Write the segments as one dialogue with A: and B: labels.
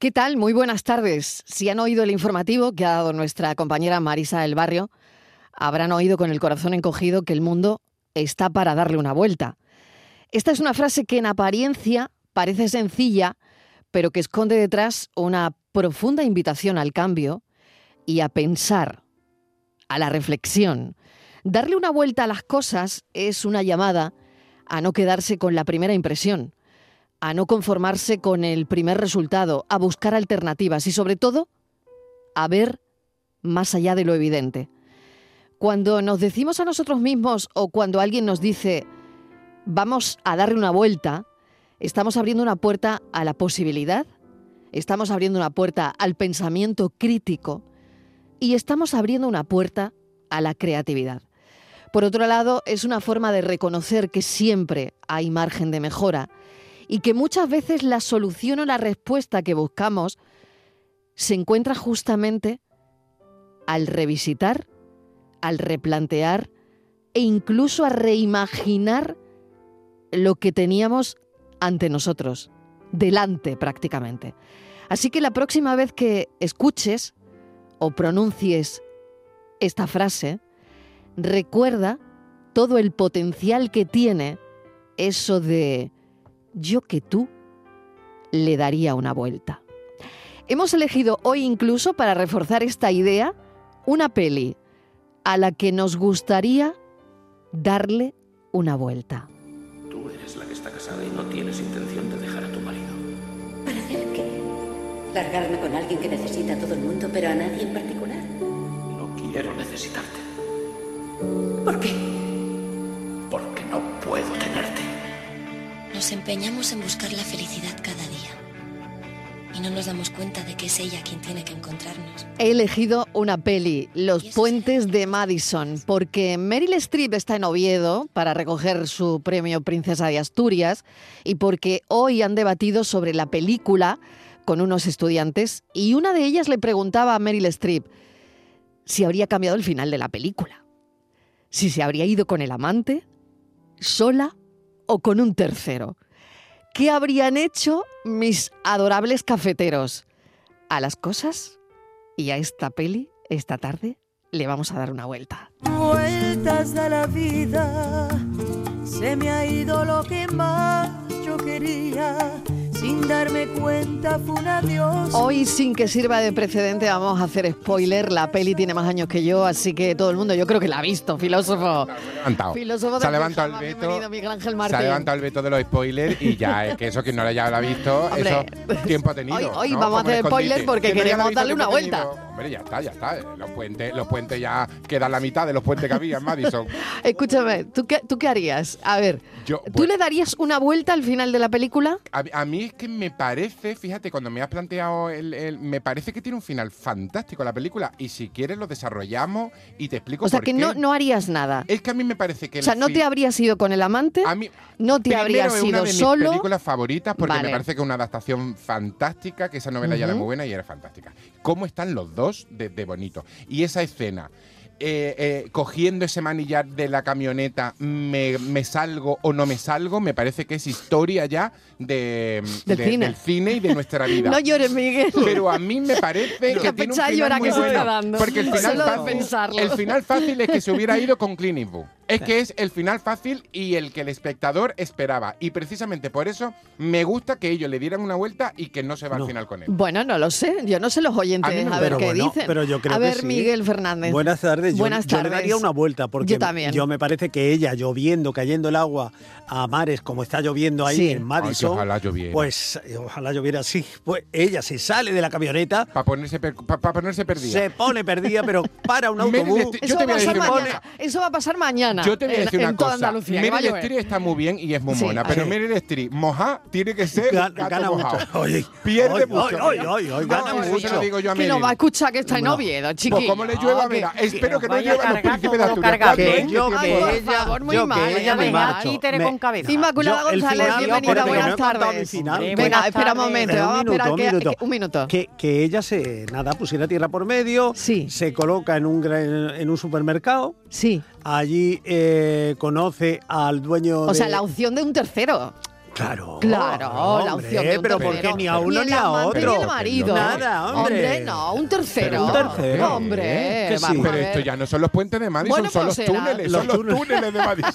A: ¿Qué tal? Muy buenas tardes. Si han oído el informativo que ha dado nuestra compañera Marisa del Barrio, habrán oído con el corazón encogido que el mundo está para darle una vuelta. Esta es una frase que en apariencia parece sencilla, pero que esconde detrás una profunda invitación al cambio y a pensar, a la reflexión. Darle una vuelta a las cosas es una llamada a no quedarse con la primera impresión, a no conformarse con el primer resultado, a buscar alternativas y sobre todo a ver más allá de lo evidente. Cuando nos decimos a nosotros mismos o cuando alguien nos dice vamos a darle una vuelta, estamos abriendo una puerta a la posibilidad, estamos abriendo una puerta al pensamiento crítico y estamos abriendo una puerta a la creatividad. Por otro lado, es una forma de reconocer que siempre hay margen de mejora y que muchas veces la solución o la respuesta que buscamos se encuentra justamente al revisitar, al replantear e incluso a reimaginar lo que teníamos ante nosotros, delante prácticamente. Así que la próxima vez que escuches o pronuncies esta frase, recuerda todo el potencial que tiene eso de yo que tú le daría una vuelta. Hemos elegido hoy incluso para reforzar esta idea una peli a la que nos gustaría darle una vuelta.
B: Tú eres la que está casada y no tienes intención de dejar a tu marido.
C: ¿Para hacer qué? Largarme con alguien que necesita a todo el mundo, pero a nadie en particular.
B: No quiero necesitarte.
C: ¿Por qué?
B: Porque no puedo tenerte.
D: Nos empeñamos en buscar la felicidad cada día. Y no nos damos cuenta de que es ella quien tiene que encontrarnos.
A: He elegido una peli, Los Puentes de Madison, porque Meryl Streep está en Oviedo para recoger su premio Princesa de Asturias y porque hoy han debatido sobre la película con unos estudiantes y una de ellas le preguntaba a Meryl Streep si habría cambiado el final de la película, si se habría ido con el amante, sola o con un tercero. ¿Qué habrían hecho mis adorables cafeteros? A las cosas y a esta peli, esta tarde, le vamos a dar una vuelta.
E: Vueltas da la vida, se me ha ido lo que más yo quería, sin darme cuenta fue un adiós.
A: Hoy, sin que sirva de precedente, vamos a hacer spoiler. La peli tiene más años que yo, así que todo el mundo, yo creo que la ha visto, filósofo.
F: levantado.
A: Filósofo
F: se ha
A: del
F: levantado el
A: Pijama,
F: veto.
A: bienvenido, Miguel Ángel
F: Se ha
A: Martín.
F: levantado el veto de los spoilers y ya, es que eso que no lo haya habrá visto,
A: Hombre.
F: eso tiempo ha tenido.
A: Hoy- hoy
F: ¿no?
A: vamos a
F: Como el
A: hacer spoiler
F: escondite.
A: porque
F: ¿Quién no haya
A: queremos
F: visto
A: darle
F: tiempo
A: una
F: ha tenido?
A: vuelta.
F: Hombre, ya está, ya está. eh, Los puentes, los puentes ya quedan la mitad de los puentes que había en Madison.
A: Escúchame, ¿tú qué, ¿tú qué harías? A ver,
F: Yo,
A: ¿tú
F: bueno,
A: le darías una vuelta al final de la película?
F: a, a mí es que me parece, fíjate, cuando me has planteado el, el- Me parece que tiene un final fantástico la película y si quieres lo desarrollamos y te explico
A: O sea,
F: por
A: que
F: qué.
A: no, no harías nada.
F: Es que a mí me parece
A: O
F: que... el
A: sea, no
F: fi-
A: te habrías ido con el amante,
F: a mí,
A: no te
F: Primero,
A: habrías
F: es una
A: ido
F: de mis
A: solo.
F: películas favoritas porque
A: Vale.
F: me parece que es una adaptación fantástica, que esa novela ya era muy buena y era fantástica. ¿Cómo están los dos de, de bonito? Y esa escena, eh, eh, cogiendo ese manillar de la camioneta, me, me salgo o no me salgo, me parece que es historia ya de,
A: Del
F: de-
A: cine.
F: del cine y de nuestra vida.
A: No llores, Miguel.
F: Pero a mí me parece que
A: La
F: tiene un
A: pechada llora
F: final muy
A: que se
F: bueno,
A: está dando.
F: Porque el final,
A: Solo de
F: fácil,
A: pensarlo.
F: el final fácil es que se hubiera ido con Clint Eastwood. Es que es el final fácil y el que el espectador esperaba. Y precisamente por eso me gusta que ellos le dieran una vuelta y que no se va al
G: No.
F: final con él.
A: Bueno, no lo sé. Yo no sé los oyentes
F: A
A: a,
F: mí no,
A: ver
G: pero
A: qué
G: bueno,
A: dicen.
G: pero yo creo
A: a
G: que
A: ver,
G: sí.
A: Miguel Fernández.
G: Buenas tardes. Yo,
A: Buenas
G: yo le
A: tardes.
G: daría una vuelta porque
A: Yo también.
G: yo me parece que ella lloviendo, cayendo el agua a mares como está lloviendo ahí
A: Sí.
G: en
F: Ay, que
G: Madison,
F: ojalá lloviera.
G: pues eh, ojalá lloviera así. Pues ella se sale de la camioneta,
F: Para ponerse, per- pa- pa ponerse perdida.
G: se pone perdida, pero para un
F: Meryl
G: autobús.
F: Streep-
A: Eso,
F: yo te
A: va
F: voy
A: a
F: a
A: pasar
F: decir una
A: mañana. Eso va a pasar mañana.
F: Yo te voy a
A: en-
F: decir
A: en,
F: una
A: toda
F: cosa.
A: Andalucía. que va a
F: Meryl
A: llover.
F: Streep está muy bien y es muy
A: Sí,
F: mona,
A: ahí.
F: pero Meryl Streep moja tiene que ser
G: Gana,
F: un gato
G: gana
F: mojado.
G: mucho. Oye,
F: Pierde
G: oye,
F: mucho.
G: oye, oye,
F: No,
G: oye, gana
F: eso se
G: mucho.
F: lo digo yo a
A: que no
F: Meryl.
A: va a escuchar que está en
G: No.
A: Oviedo, chiquillo.
F: Pues como le llueva, mira, espero que no
H: vaya
F: llueva a los
H: cargazo
F: príncipes de
H: todo
F: Asturias.
H: cargado,
F: ¿Cuándo
H: ¿eh?
A: Que
F: es?
A: yo
G: yo
A: que
G: que
A: por
G: ella-
A: favor, muy
G: yo que
A: mal.
H: ella me
A: venga.
H: marcho. títere con cabeza.
A: Inmaculada
G: Yo, el
A: González,
G: final,
A: bienvenida,
G: porque
A: buenas
G: no he contado mi
A: tardes.
G: final.
H: Hombre,
A: Venga,
H: buenas
A: espera un
H: tardes.
A: momento,
G: Pero
A: vamos
G: un minuto,
A: a
G: un
A: esperar que-
G: minuto.
A: que- un minuto.
G: Que, que ella se, nada, pusiera tierra por medio,
A: Sí.
G: se coloca en un, gran- en un supermercado,
A: Sí.
G: allí eh, conoce al dueño
A: O
G: de-
A: sea, la opción de un tercero.
G: Claro.
A: Claro,
G: hombre,
A: la unción de un
G: pero ¿por
A: torero.
G: qué ni a uno
A: el
G: ni a
A: amante
G: otro?
A: Ni el marido.
G: Nada, hombre.
A: no, un tercero.
F: Pero
G: un tercero.
A: Hombre,
G: Que sí.
A: vamos a
F: Pero
A: ver.
F: esto ya no son los puentes de Madison,
A: Bueno, pues
F: son los
A: será.
F: túneles, son
G: Los
F: los túneles de Madison.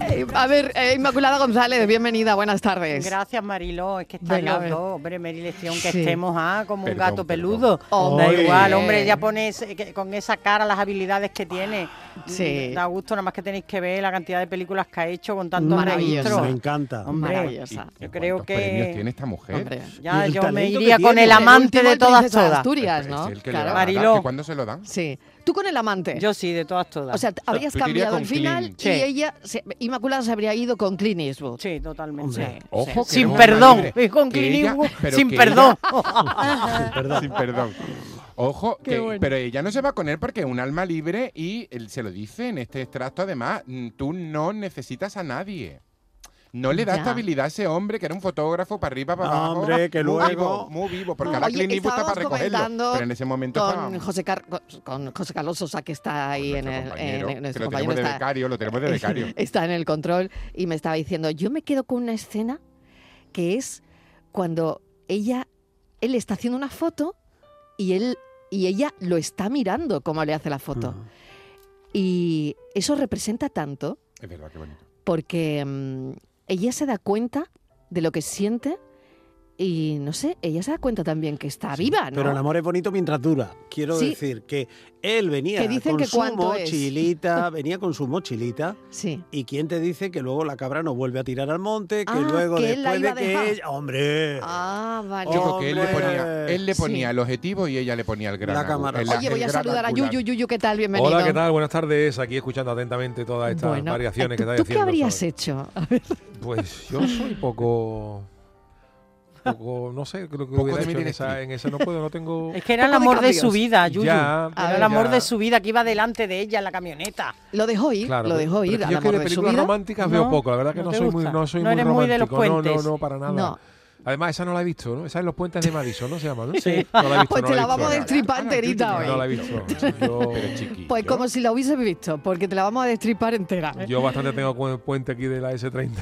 A: Eh, a ver, eh, Inmaculada González, bienvenida, buenas tardes.
H: Gracias, Mariló. Es que están
A: Venga, a ver.
H: los dos. Hombre, Meryl Streep, que
A: Pues Sí.
H: estemos ah, como un
F: Perdón,
H: gato
F: perdón.
H: peludo. Da
A: Hombre.
H: igual, hombre, ya pones eh, que- con esa cara las habilidades que tiene.
A: Sí.
H: Da gusto, nada más que tenéis que ver la cantidad de películas que ha hecho con tantos
A: Maravilloso.
H: registros.
G: Me encanta.
H: Hombre.
A: Maravillosa.
H: Yo creo
F: ¿Cuántos
H: que-
F: premios tiene esta mujer?
A: Hombre.
H: Ya,
G: Y el
H: yo me
G: talento que
H: iría con
G: tiene.
H: el
A: El
H: amante
A: último,
H: de
A: el
H: todas,
A: Princesa de
H: todas.
A: Asturias,
F: Pues Es
A: ¿no?
F: el que le
A: Claro.
F: van a dar,
H: Mariló.
F: ¿que ¿Cuándo se lo dan?
A: Sí. Tú con el amante.
H: Yo sí, de todas, todas.
A: o sea, te- habrías
F: Yo te iría
A: cambiado
F: con
A: al final
F: Clint.
A: y
H: Sí.
A: ella, se- Inmaculada, se habría ido con Clint Eastwood.
H: sí, totalmente.
A: Hombre.
H: Sí.
F: Ojo, que
H: Sin
F: no
H: perdón.
F: madre,
H: Y con
F: que
H: Clint
F: ella-
H: Eastwood,
F: pero
H: sin
F: que
H: perdón.
G: Sí, perdón.
F: Sin perdón. Ojo,
A: Qué
F: que-
A: bueno.
F: pero ella no se va con él porque es un alma libre y él se lo dice en este extracto además, mm, tú no necesitas a nadie. No le da
A: Ya.
F: estabilidad a ese hombre que era un fotógrafo para arriba, para abajo.
G: Hombre, que
F: muy
G: luego-
F: Vivo, muy vivo, porque
A: No,
F: ahora
A: oye,
F: Clint Eastwood está
A: estábamos
F: para recogerlo.
A: comentando
F: Pero en ese momento
A: Con
F: estábamos-
A: José, Car- con- con José Carlos Sosa, que está ahí en
F: nuestro
A: el.
F: compañero,
A: en- en-
F: que
A: eh, nuestro
F: lo tenemos de
A: compañero está-
F: becario, lo tenemos de becario.
A: está en el control y me estaba diciendo, yo me quedo con una escena que es cuando ella, él está haciendo una foto y él y ella lo está mirando como le hace la foto.
G: Ah.
A: Y eso representa tanto
F: Es verdad, qué bonito.
A: porque mm, ella se da cuenta de lo que siente y no sé, ella se da cuenta también que está viva, Ah, ¿no?
G: Pero el amor es bonito mientras dura. Quiero
A: Sí.
G: decir que él venía
A: Que dicen
G: con
A: que
G: su
A: cuánto es.
G: mochilita, venía con su mochilita.
A: sí.
G: ¿Y quién te dice que luego la cabra no vuelve a tirar al monte? Que
A: Ah,
G: luego
A: que él la
G: después
A: iba
G: de
A: a dejar.
G: que ella. ¡Hombre!
A: Ah, vale.
F: Yo creo que él le
G: Hombre.
F: ponía, él le
A: Sí.
F: ponía el objetivo y ella le ponía el gran
G: La
F: agu-
G: cámara.
F: el-
A: Oye, voy a
F: el gran
A: saludar a
F: angular.
A: Yuyu. Yuyu, ¿qué tal? Bienvenido.
I: Hola, ¿qué tal? Buenas tardes. Aquí escuchando atentamente todas estas
A: Bueno,
I: variaciones
A: ¿tú-
I: que estáis
A: ¿Tú
I: haciendo.
A: qué habrías
I: ¿sabes?
A: hecho?
I: Pues yo soy poco. poco no sé, creo que
F: Poco
I: hubiera
F: de
I: hecho en
F: Meryl
I: esa,
F: Streep.
I: en esa. No puedo, no tengo.
H: Es que era el
A: Poco de
H: amor de, su
A: cambios.
H: vida, Yuyu.
I: Ya,
A: A
H: Era
A: ver,
H: el amor
I: ya.
H: de su vida que iba delante de ella en la camioneta.
A: Lo dejó ir,
I: Claro,
A: lo
I: pero-
A: dejó
I: pero
A: ir.
I: es
A: al
I: que yo es que
A: amor
I: de
A: de su
I: películas
A: vida.
I: románticas
H: No,
I: veo poco, la verdad que
H: no
I: no,
H: te
I: soy muy,
H: gusta.
I: no soy
H: No eres muy de los
I: romántico. No, no,
H: puentes.
I: no, para nada.
A: No.
I: Además, esa no la he visto, ¿no? Esa es Los Puentes de Madison, ¿no se llama? ¿no?
H: Sí.
I: No la he visto.
A: Pues
I: no
A: te
I: la
A: la
I: he
A: vamos
I: visto.
A: a destripar enterita
I: No la he
A: hoy.
I: visto. Yo,
F: Pero chiquillo.
A: Pues como si la hubiese visto, porque te la vamos a destripar entera. ¿eh?
I: yo bastante tengo con el puente aquí de la S30.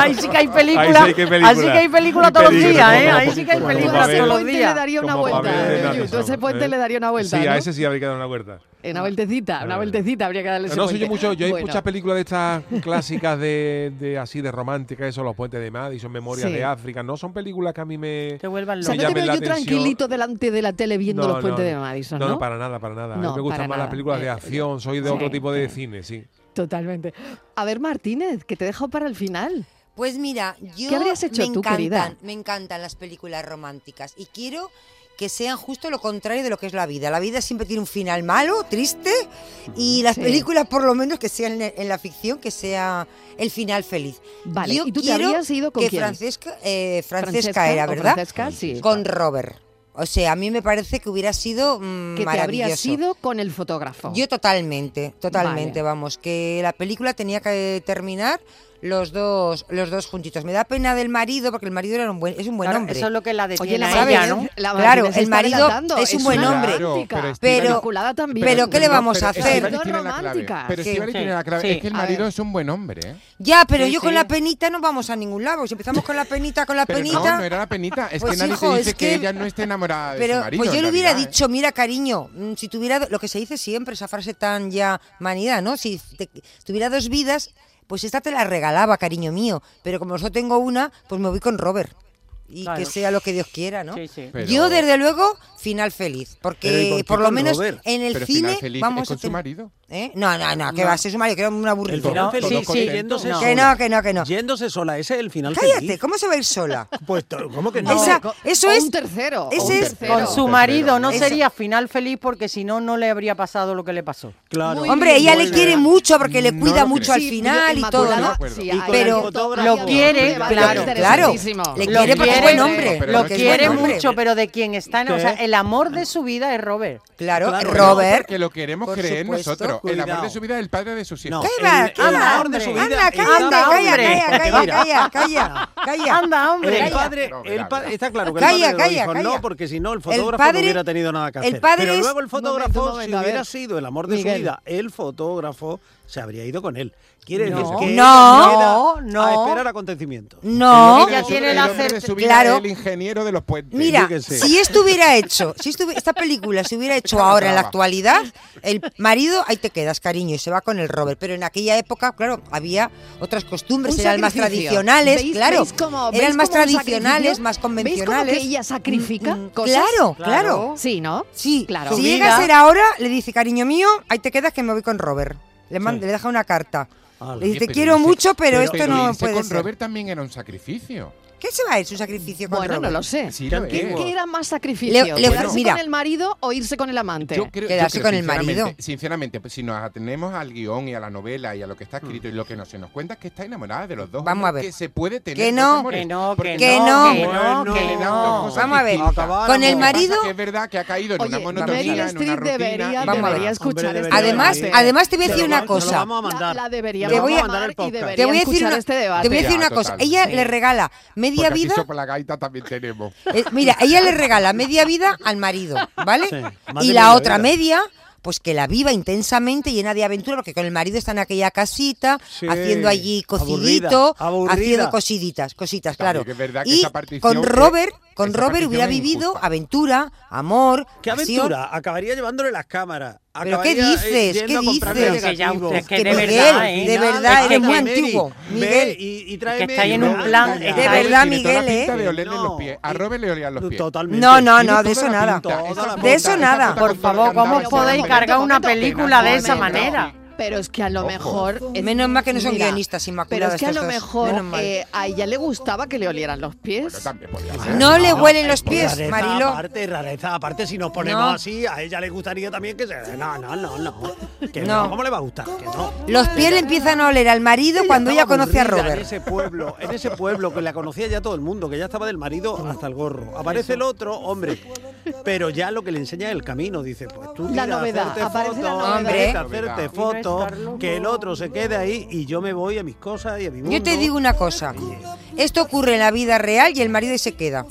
H: Ahí sí que hay película.
I: Ahí sí que hay película.
H: Así que hay película todos los
I: Película,
H: días, ¿eh?
I: como-
H: Ahí sí que hay
I: como
A: Tú
H: película
A: a
I: Pavel.
A: ese
H: todos los
A: puente le
H: días.
A: daría una
I: Como Pavel en
A: vuelta. Yuyu. Tú
I: Madison,
A: a ese puente
I: ¿eh?
A: le daría una vuelta,
I: Sí,
A: ¿no?
I: a ese sí habría que dar una vuelta.
A: Una vueltecita, una
I: Eh.
A: vueltecita habría que darle ese
I: No soy yo
A: puente.
I: mucho, yo hay
A: Bueno,
I: muchas películas de estas clásicas de, de así de románticas, eso, los puentes de Madison, Memorias
A: Sí.
I: de África, no son películas que a mí me
H: Te vuelvan
A: O
I: me
A: sea,
H: loco.
A: no te
I: llamen
A: veo
I: la
A: yo
I: atención.
A: tranquilito delante de la tele viendo
I: No,
A: los puentes
I: no.
A: de Madison,
I: No,
A: ¿no?
I: no, para nada, para nada.
A: No,
I: a mí me
A: para
I: gustan más las
A: nada.
I: películas de
A: Eh,
I: acción, soy de
A: sí,
I: otro tipo de
A: sí.
I: cine, sí.
A: Totalmente. A ver, Martínez, que te dejo para el final.
J: Pues mira, yo
A: habrías hecho
J: me
A: tú,
J: encantan,
A: querida?
J: me encantan las películas románticas y quiero que sean justo lo contrario de lo que es la vida. La vida siempre tiene un final malo, triste, y las
A: Mm, Sí.
J: películas por lo menos que sean en en la ficción que sea el final feliz.
A: Vale,
J: Yo
A: ¿y tú te
J: quiero
A: habrías ido con
J: que
A: quién?
J: Francesca, eh, Francesca era,
A: o
J: ¿verdad?
A: Francesca, sí.
J: Con Robert. O sea, a mí me parece que hubiera sido mm,
A: que te
J: maravilloso.
A: habrías ido con el fotógrafo.
J: Yo totalmente, totalmente,
A: Vale.
J: vamos, que la película tenía que terminar los dos, los dos juntitos. Me da pena del marido porque el marido era un buen, es un buen
H: Claro,
J: hombre.
H: Eso es lo que la
A: Oye,
H: detiene
A: la
H: a
J: ¿sabes?
H: ella, ¿no?
A: la
J: Claro,
A: Martínez
J: el
A: está
J: marido
A: adelantando,
J: es un buen
A: una
J: hombre.
A: romántica.
F: Claro, pero
J: Pero-
A: Inmaculada también.
J: pero ¿qué le vamos a hacer?
F: Estíbaliz tiene la clave.
A: Románticas.
F: Pero
J: Sí,
F: Estíbaliz
H: sí,
F: tiene la clave.
H: sí.
F: Es que el
A: A
F: marido
A: ver.
F: es un buen hombre, ¿eh?
J: Ya, pero
H: Sí,
J: yo con
H: sí.
J: la penita no vamos a ningún lado. Si empezamos con la penita, con la
F: Pero
J: penita.
F: no, no era la penita. Es
J: Pues,
F: que nadie
J: hijo,
F: te dice
J: es
F: que...
J: que-
F: ella no esté enamorada de
J: Pero
F: su marido.
J: pues yo
F: en
J: le hubiera
F: realidad, ¿eh?
J: dicho, mira cariño, mm, si tuviera do- lo que se dice siempre, esa frase tan ya manida, ¿no? Si te- tuviera dos vidas, pues esta te la regalaba, cariño mío. Pero como solo tengo una, pues me voy con Robert. Y
H: Claro.
J: que sea lo que Dios quiera, ¿no?
H: Sí, sí.
F: Pero-
J: Yo, desde luego, final feliz.
G: Pero, ¿y
J: Porque
G: por
J: por,
G: qué
J: lo
G: con
J: menos
G: Robert?
J: en el
F: Pero
J: cine
F: final feliz
J: vamos
F: es con
J: a
F: su
J: tener-
F: marido.
J: ¿eh? No, no, no, que va a ser su marido, que era una
G: El
J: aburrida.
G: final
H: No,
G: feliz,
H: sí,
G: sí,
H: sí.
G: yéndose
H: No.
G: sola.
J: Que no, que no, que no.
G: Yéndose sola, ese es el final
J: Cállate,
G: feliz.
J: ¿cómo se va a ir sola?
G: Pues, to- ¿cómo que no?
J: Esa-
A: co-
J: eso
A: o
J: es-
A: Un tercero.
J: ese
A: o un
J: es-
A: tercero.
H: Con su
F: Pero-
H: marido no
J: Eso-
H: sería final feliz porque si no, no le habría pasado lo que le pasó.
G: Claro.
A: Muy
J: Hombre,
A: bien,
J: ella
A: muy
J: le
A: bien.
J: quiere mucho porque le
F: No
J: cuida
F: lo
J: mucho
F: creo.
J: al
A: Sí,
J: final y
A: yo-
J: todo.
A: Inmaculada,
F: Yo-
A: sí,
G: Y con
A: ahí
G: el
A: pero
G: fotógrafo.
H: Lo quiere,
A: Vale,
H: claro,
J: claro.
A: interesantísimo.
J: Le
H: Lo
J: quiere porque es
H: quiere,
J: buen hombre.
F: pero
H: lo
F: no es que es
H: quiere
F: buen hombre.
H: mucho, pero de quien está, en- o sea,
G: ¿Qué?
H: el amor de su vida es Robert.
J: Claro,
G: Claro,
J: Robert.
F: Que lo queremos
J: Por
F: creer
J: supuesto.
F: nosotros. Cuidado, el amor de
G: Cuidado.
F: su vida es el padre de sus hijos.
G: No.
J: ¿Qué va?
G: El-
J: ¿Qué
G: el
J: va?
G: amor de su vida
J: Anda,
G: está
J: calla,
H: hombre.
J: calla, calla,
G: Porque
J: calla,
G: mira.
J: calla, calla, calla.
H: Anda, hombre.
G: El
J: Calla.
G: padre,
F: No,
G: el
F: verá,
G: pa-
F: verá.
G: está claro que
J: Calla,
G: el padre
J: calla,
G: lo dijo
J: calla.
G: no, porque si no el fotógrafo
J: padre-
G: no hubiera tenido nada que
J: el
G: hacer.
J: padre
G: Pero
J: es-
G: luego el fotógrafo,
A: Momento, momento, a
G: si
A: ver.
G: hubiera sido el amor de
A: Miguel.
G: su vida, el fotógrafo se habría ido con él. Quiere
H: No.
G: decir que él
J: No.
G: se queda
H: No, no.
G: a esperar acontecimientos.
J: No.
H: Ella tiene
F: el
H: la
F: hombre de
H: certeza-
F: su vida
J: Claro.
F: es el ingeniero de los puentes.
J: Mira,
G: Fíjese.
J: si esto hubiera hecho, si esto hubi- esta película se hubiera hecho ahora en la actualidad, el marido, ahí te quedas, cariño, y se va con el Robert. Pero en aquella época, claro, había otras costumbres,
A: Un
J: eran más
A: sacrificio.
J: tradicionales,
A: ¿Veis-
J: claro.
A: veis cómo- veis
J: eran más
A: cómo un
J: tradicionales,
A: sacrificio?
J: más
A: ¿Veis
J: convencionales.
A: cómo que ella sacrifica
J: Mm,
A: cosas?
J: Claro, claro.
A: Sí, ¿no?
J: Sí,
A: Claro.
J: Si
A: Su
J: llega a ser ahora, le dice, cariño mío, ahí te quedas que me voy con Robert. Le, manda, le deja una carta.
G: Ala.
J: Le dice,
F: Oye,
J: te
F: Ah, pero
J: quiero
F: irse-
J: mucho, pero, esto no
F: irse
J: puede
F: con
J: ser.
F: Robert también era un sacrificio.
J: ¿Qué se va a ir su sacrificio con
A: Bueno,
J: Robert?
A: no lo sé.
F: Sí, lo
A: ¿Qué,
F: es.
A: qué era más sacrificio?
J: Le- le-
A: ¿Quedarse
J: mira.
A: con el marido o irse con el amante?
F: Yo creo, yo
J: Quedarse
F: creo,
J: con el
F: sinceramente-
J: marido.
F: Sinceramente, pues, si nos atenemos al guión y a la novela y a lo que está escrito y lo que nos, se nos cuenta es que está enamorada de los dos.
J: Vamos a
F: hombres,
J: ver.
F: Que se puede tener
J: Que
F: dos
J: no,
F: amores.
H: que no,
F: Porque
J: que no, que
F: bueno,
H: no, que
F: le dan dos
H: no.
F: cosas
J: Vamos a ver.
F: distintas.
G: Acabar
J: Con el
G: amor.
F: Lo que pasa
J: marido-
F: Que es verdad que ha caído en una
A: Oye,
F: monotonía,
A: Meryl
F: en una
A: Streep
F: rutina.
A: debería,
F: y
J: Vamos a
F: demás.
J: ver.
A: debería escuchar
G: Hombre,
A: este
G: debería
J: Además-
A: debate.
J: además te voy a
G: Se
J: decir
G: lo
J: una
G: va- se lo
J: cosa.
G: vamos a
A: La,
G: mandar.
A: la deberíamos
J: Te voy a-
A: mandar y
G: podcast.
A: deberíamos
J: Te voy a decir
A: escuchar
J: una,
A: este
J: te voy a
A: debate.
J: decir una
F: Ya,
J: cosa.
F: total.
J: Ella le regala media
F: Porque así
J: vida.
F: sopla la gaita también tenemos.
J: eh, mira, ella le regala media vida al marido, ¿vale?
G: Sí, más
J: y
G: de
J: la
G: media
J: otra
G: vida.
J: media, pues que la viva intensamente, llena de aventura, porque con el marido está en aquella casita,
G: Sí,
J: haciendo allí
G: aburrida,
J: cocidito,
G: aburrida.
J: haciendo cosiditas, cositas,
F: También
J: claro.
F: que es verdad que
J: y
F: esa partición
J: con
F: es-
J: Robert, con
F: esa
J: Robert
F: partición
J: hubiera
F: es
J: vivido
F: injusta.
J: aventura, amor,
G: ¿Qué
J: pasión.
G: aventura? Acabaría llevándole las cámaras.
J: ¿Pero qué
G: Acabaría, eh,
J: dices?
G: yendo
J: ¿Qué
G: a comprarle
J: dices?
H: Que ya
G: negativos.
H: usted es que de
J: Miguel,
H: verdad, ¿eh?
J: de
H: No,
J: verdad,
H: es
J: eres
H: que
J: muy
H: Mary,
J: antiguo.
G: Miguel,
J: Miguel,
G: y, y tráeme.
H: que está ahí en
G: y
H: un
G: no,
H: plan,
G: calla.
J: de
H: está-
J: verdad,
F: Robert tiene toda
J: Miguel,
F: pinta
J: ¿eh?
F: de olerle los
G: No.
F: pies. A Robert le olían los pies.
G: Totalmente.
J: No, no,
F: Tiene
J: no, de
F: toda
J: eso
F: la
J: nada.
F: pinta, esa
G: Toda la
J: De eso
G: pinta.
J: nada.
F: Por
H: Por favor, ¿cómo os
A: Pero,
H: podéis
A: momento,
H: cargar una
A: momento,
H: película de esa
A: momento.
H: manera?
A: Pero es que a lo
F: Ojo.
A: mejor. es-
J: Menos mal que no son
A: Mira,
J: guionistas
A: Pero
J: inmaculadas.
A: es que a lo
J: estas dos.
A: mejor
J: Menos mal.
A: eh, a ella le gustaba que le olieran los
F: Bueno,
A: pies.
F: también podría ser.
J: no le huelen
G: es
J: los
G: eh, por
J: pies,
G: rareza
J: Marilo.
G: Aparte, rareza aparte, si nos ponemos
J: No.
G: así, a ella le gustaría también que se. No, no, no, no. Que
J: No.
G: no. ¿Cómo le va a gustar? Que no.
J: Los pies le empiezan a oler al marido cuando ella
G: estaba
J: conoce a
G: aburrida En
J: Robert.
G: ese pueblo, en ese pueblo que la conocía ya todo el mundo, que ya estaba del marido hasta el gorro. Aparece el otro, hombre, pero ya lo que le enseña es el camino, dice, pues tú
A: La
G: mira,
A: novedad,
G: hacerte
A: aparece la
G: fotos,
A: novedad.
J: Hombre.
G: vete a hacerte
H: Y no
G: fotos,
H: estar loco.
G: que el otro se quede ahí y yo me voy a mis cosas y a mi mundo.
J: Yo te digo una cosa. Esto ocurre en la vida real y el marido ahí se queda.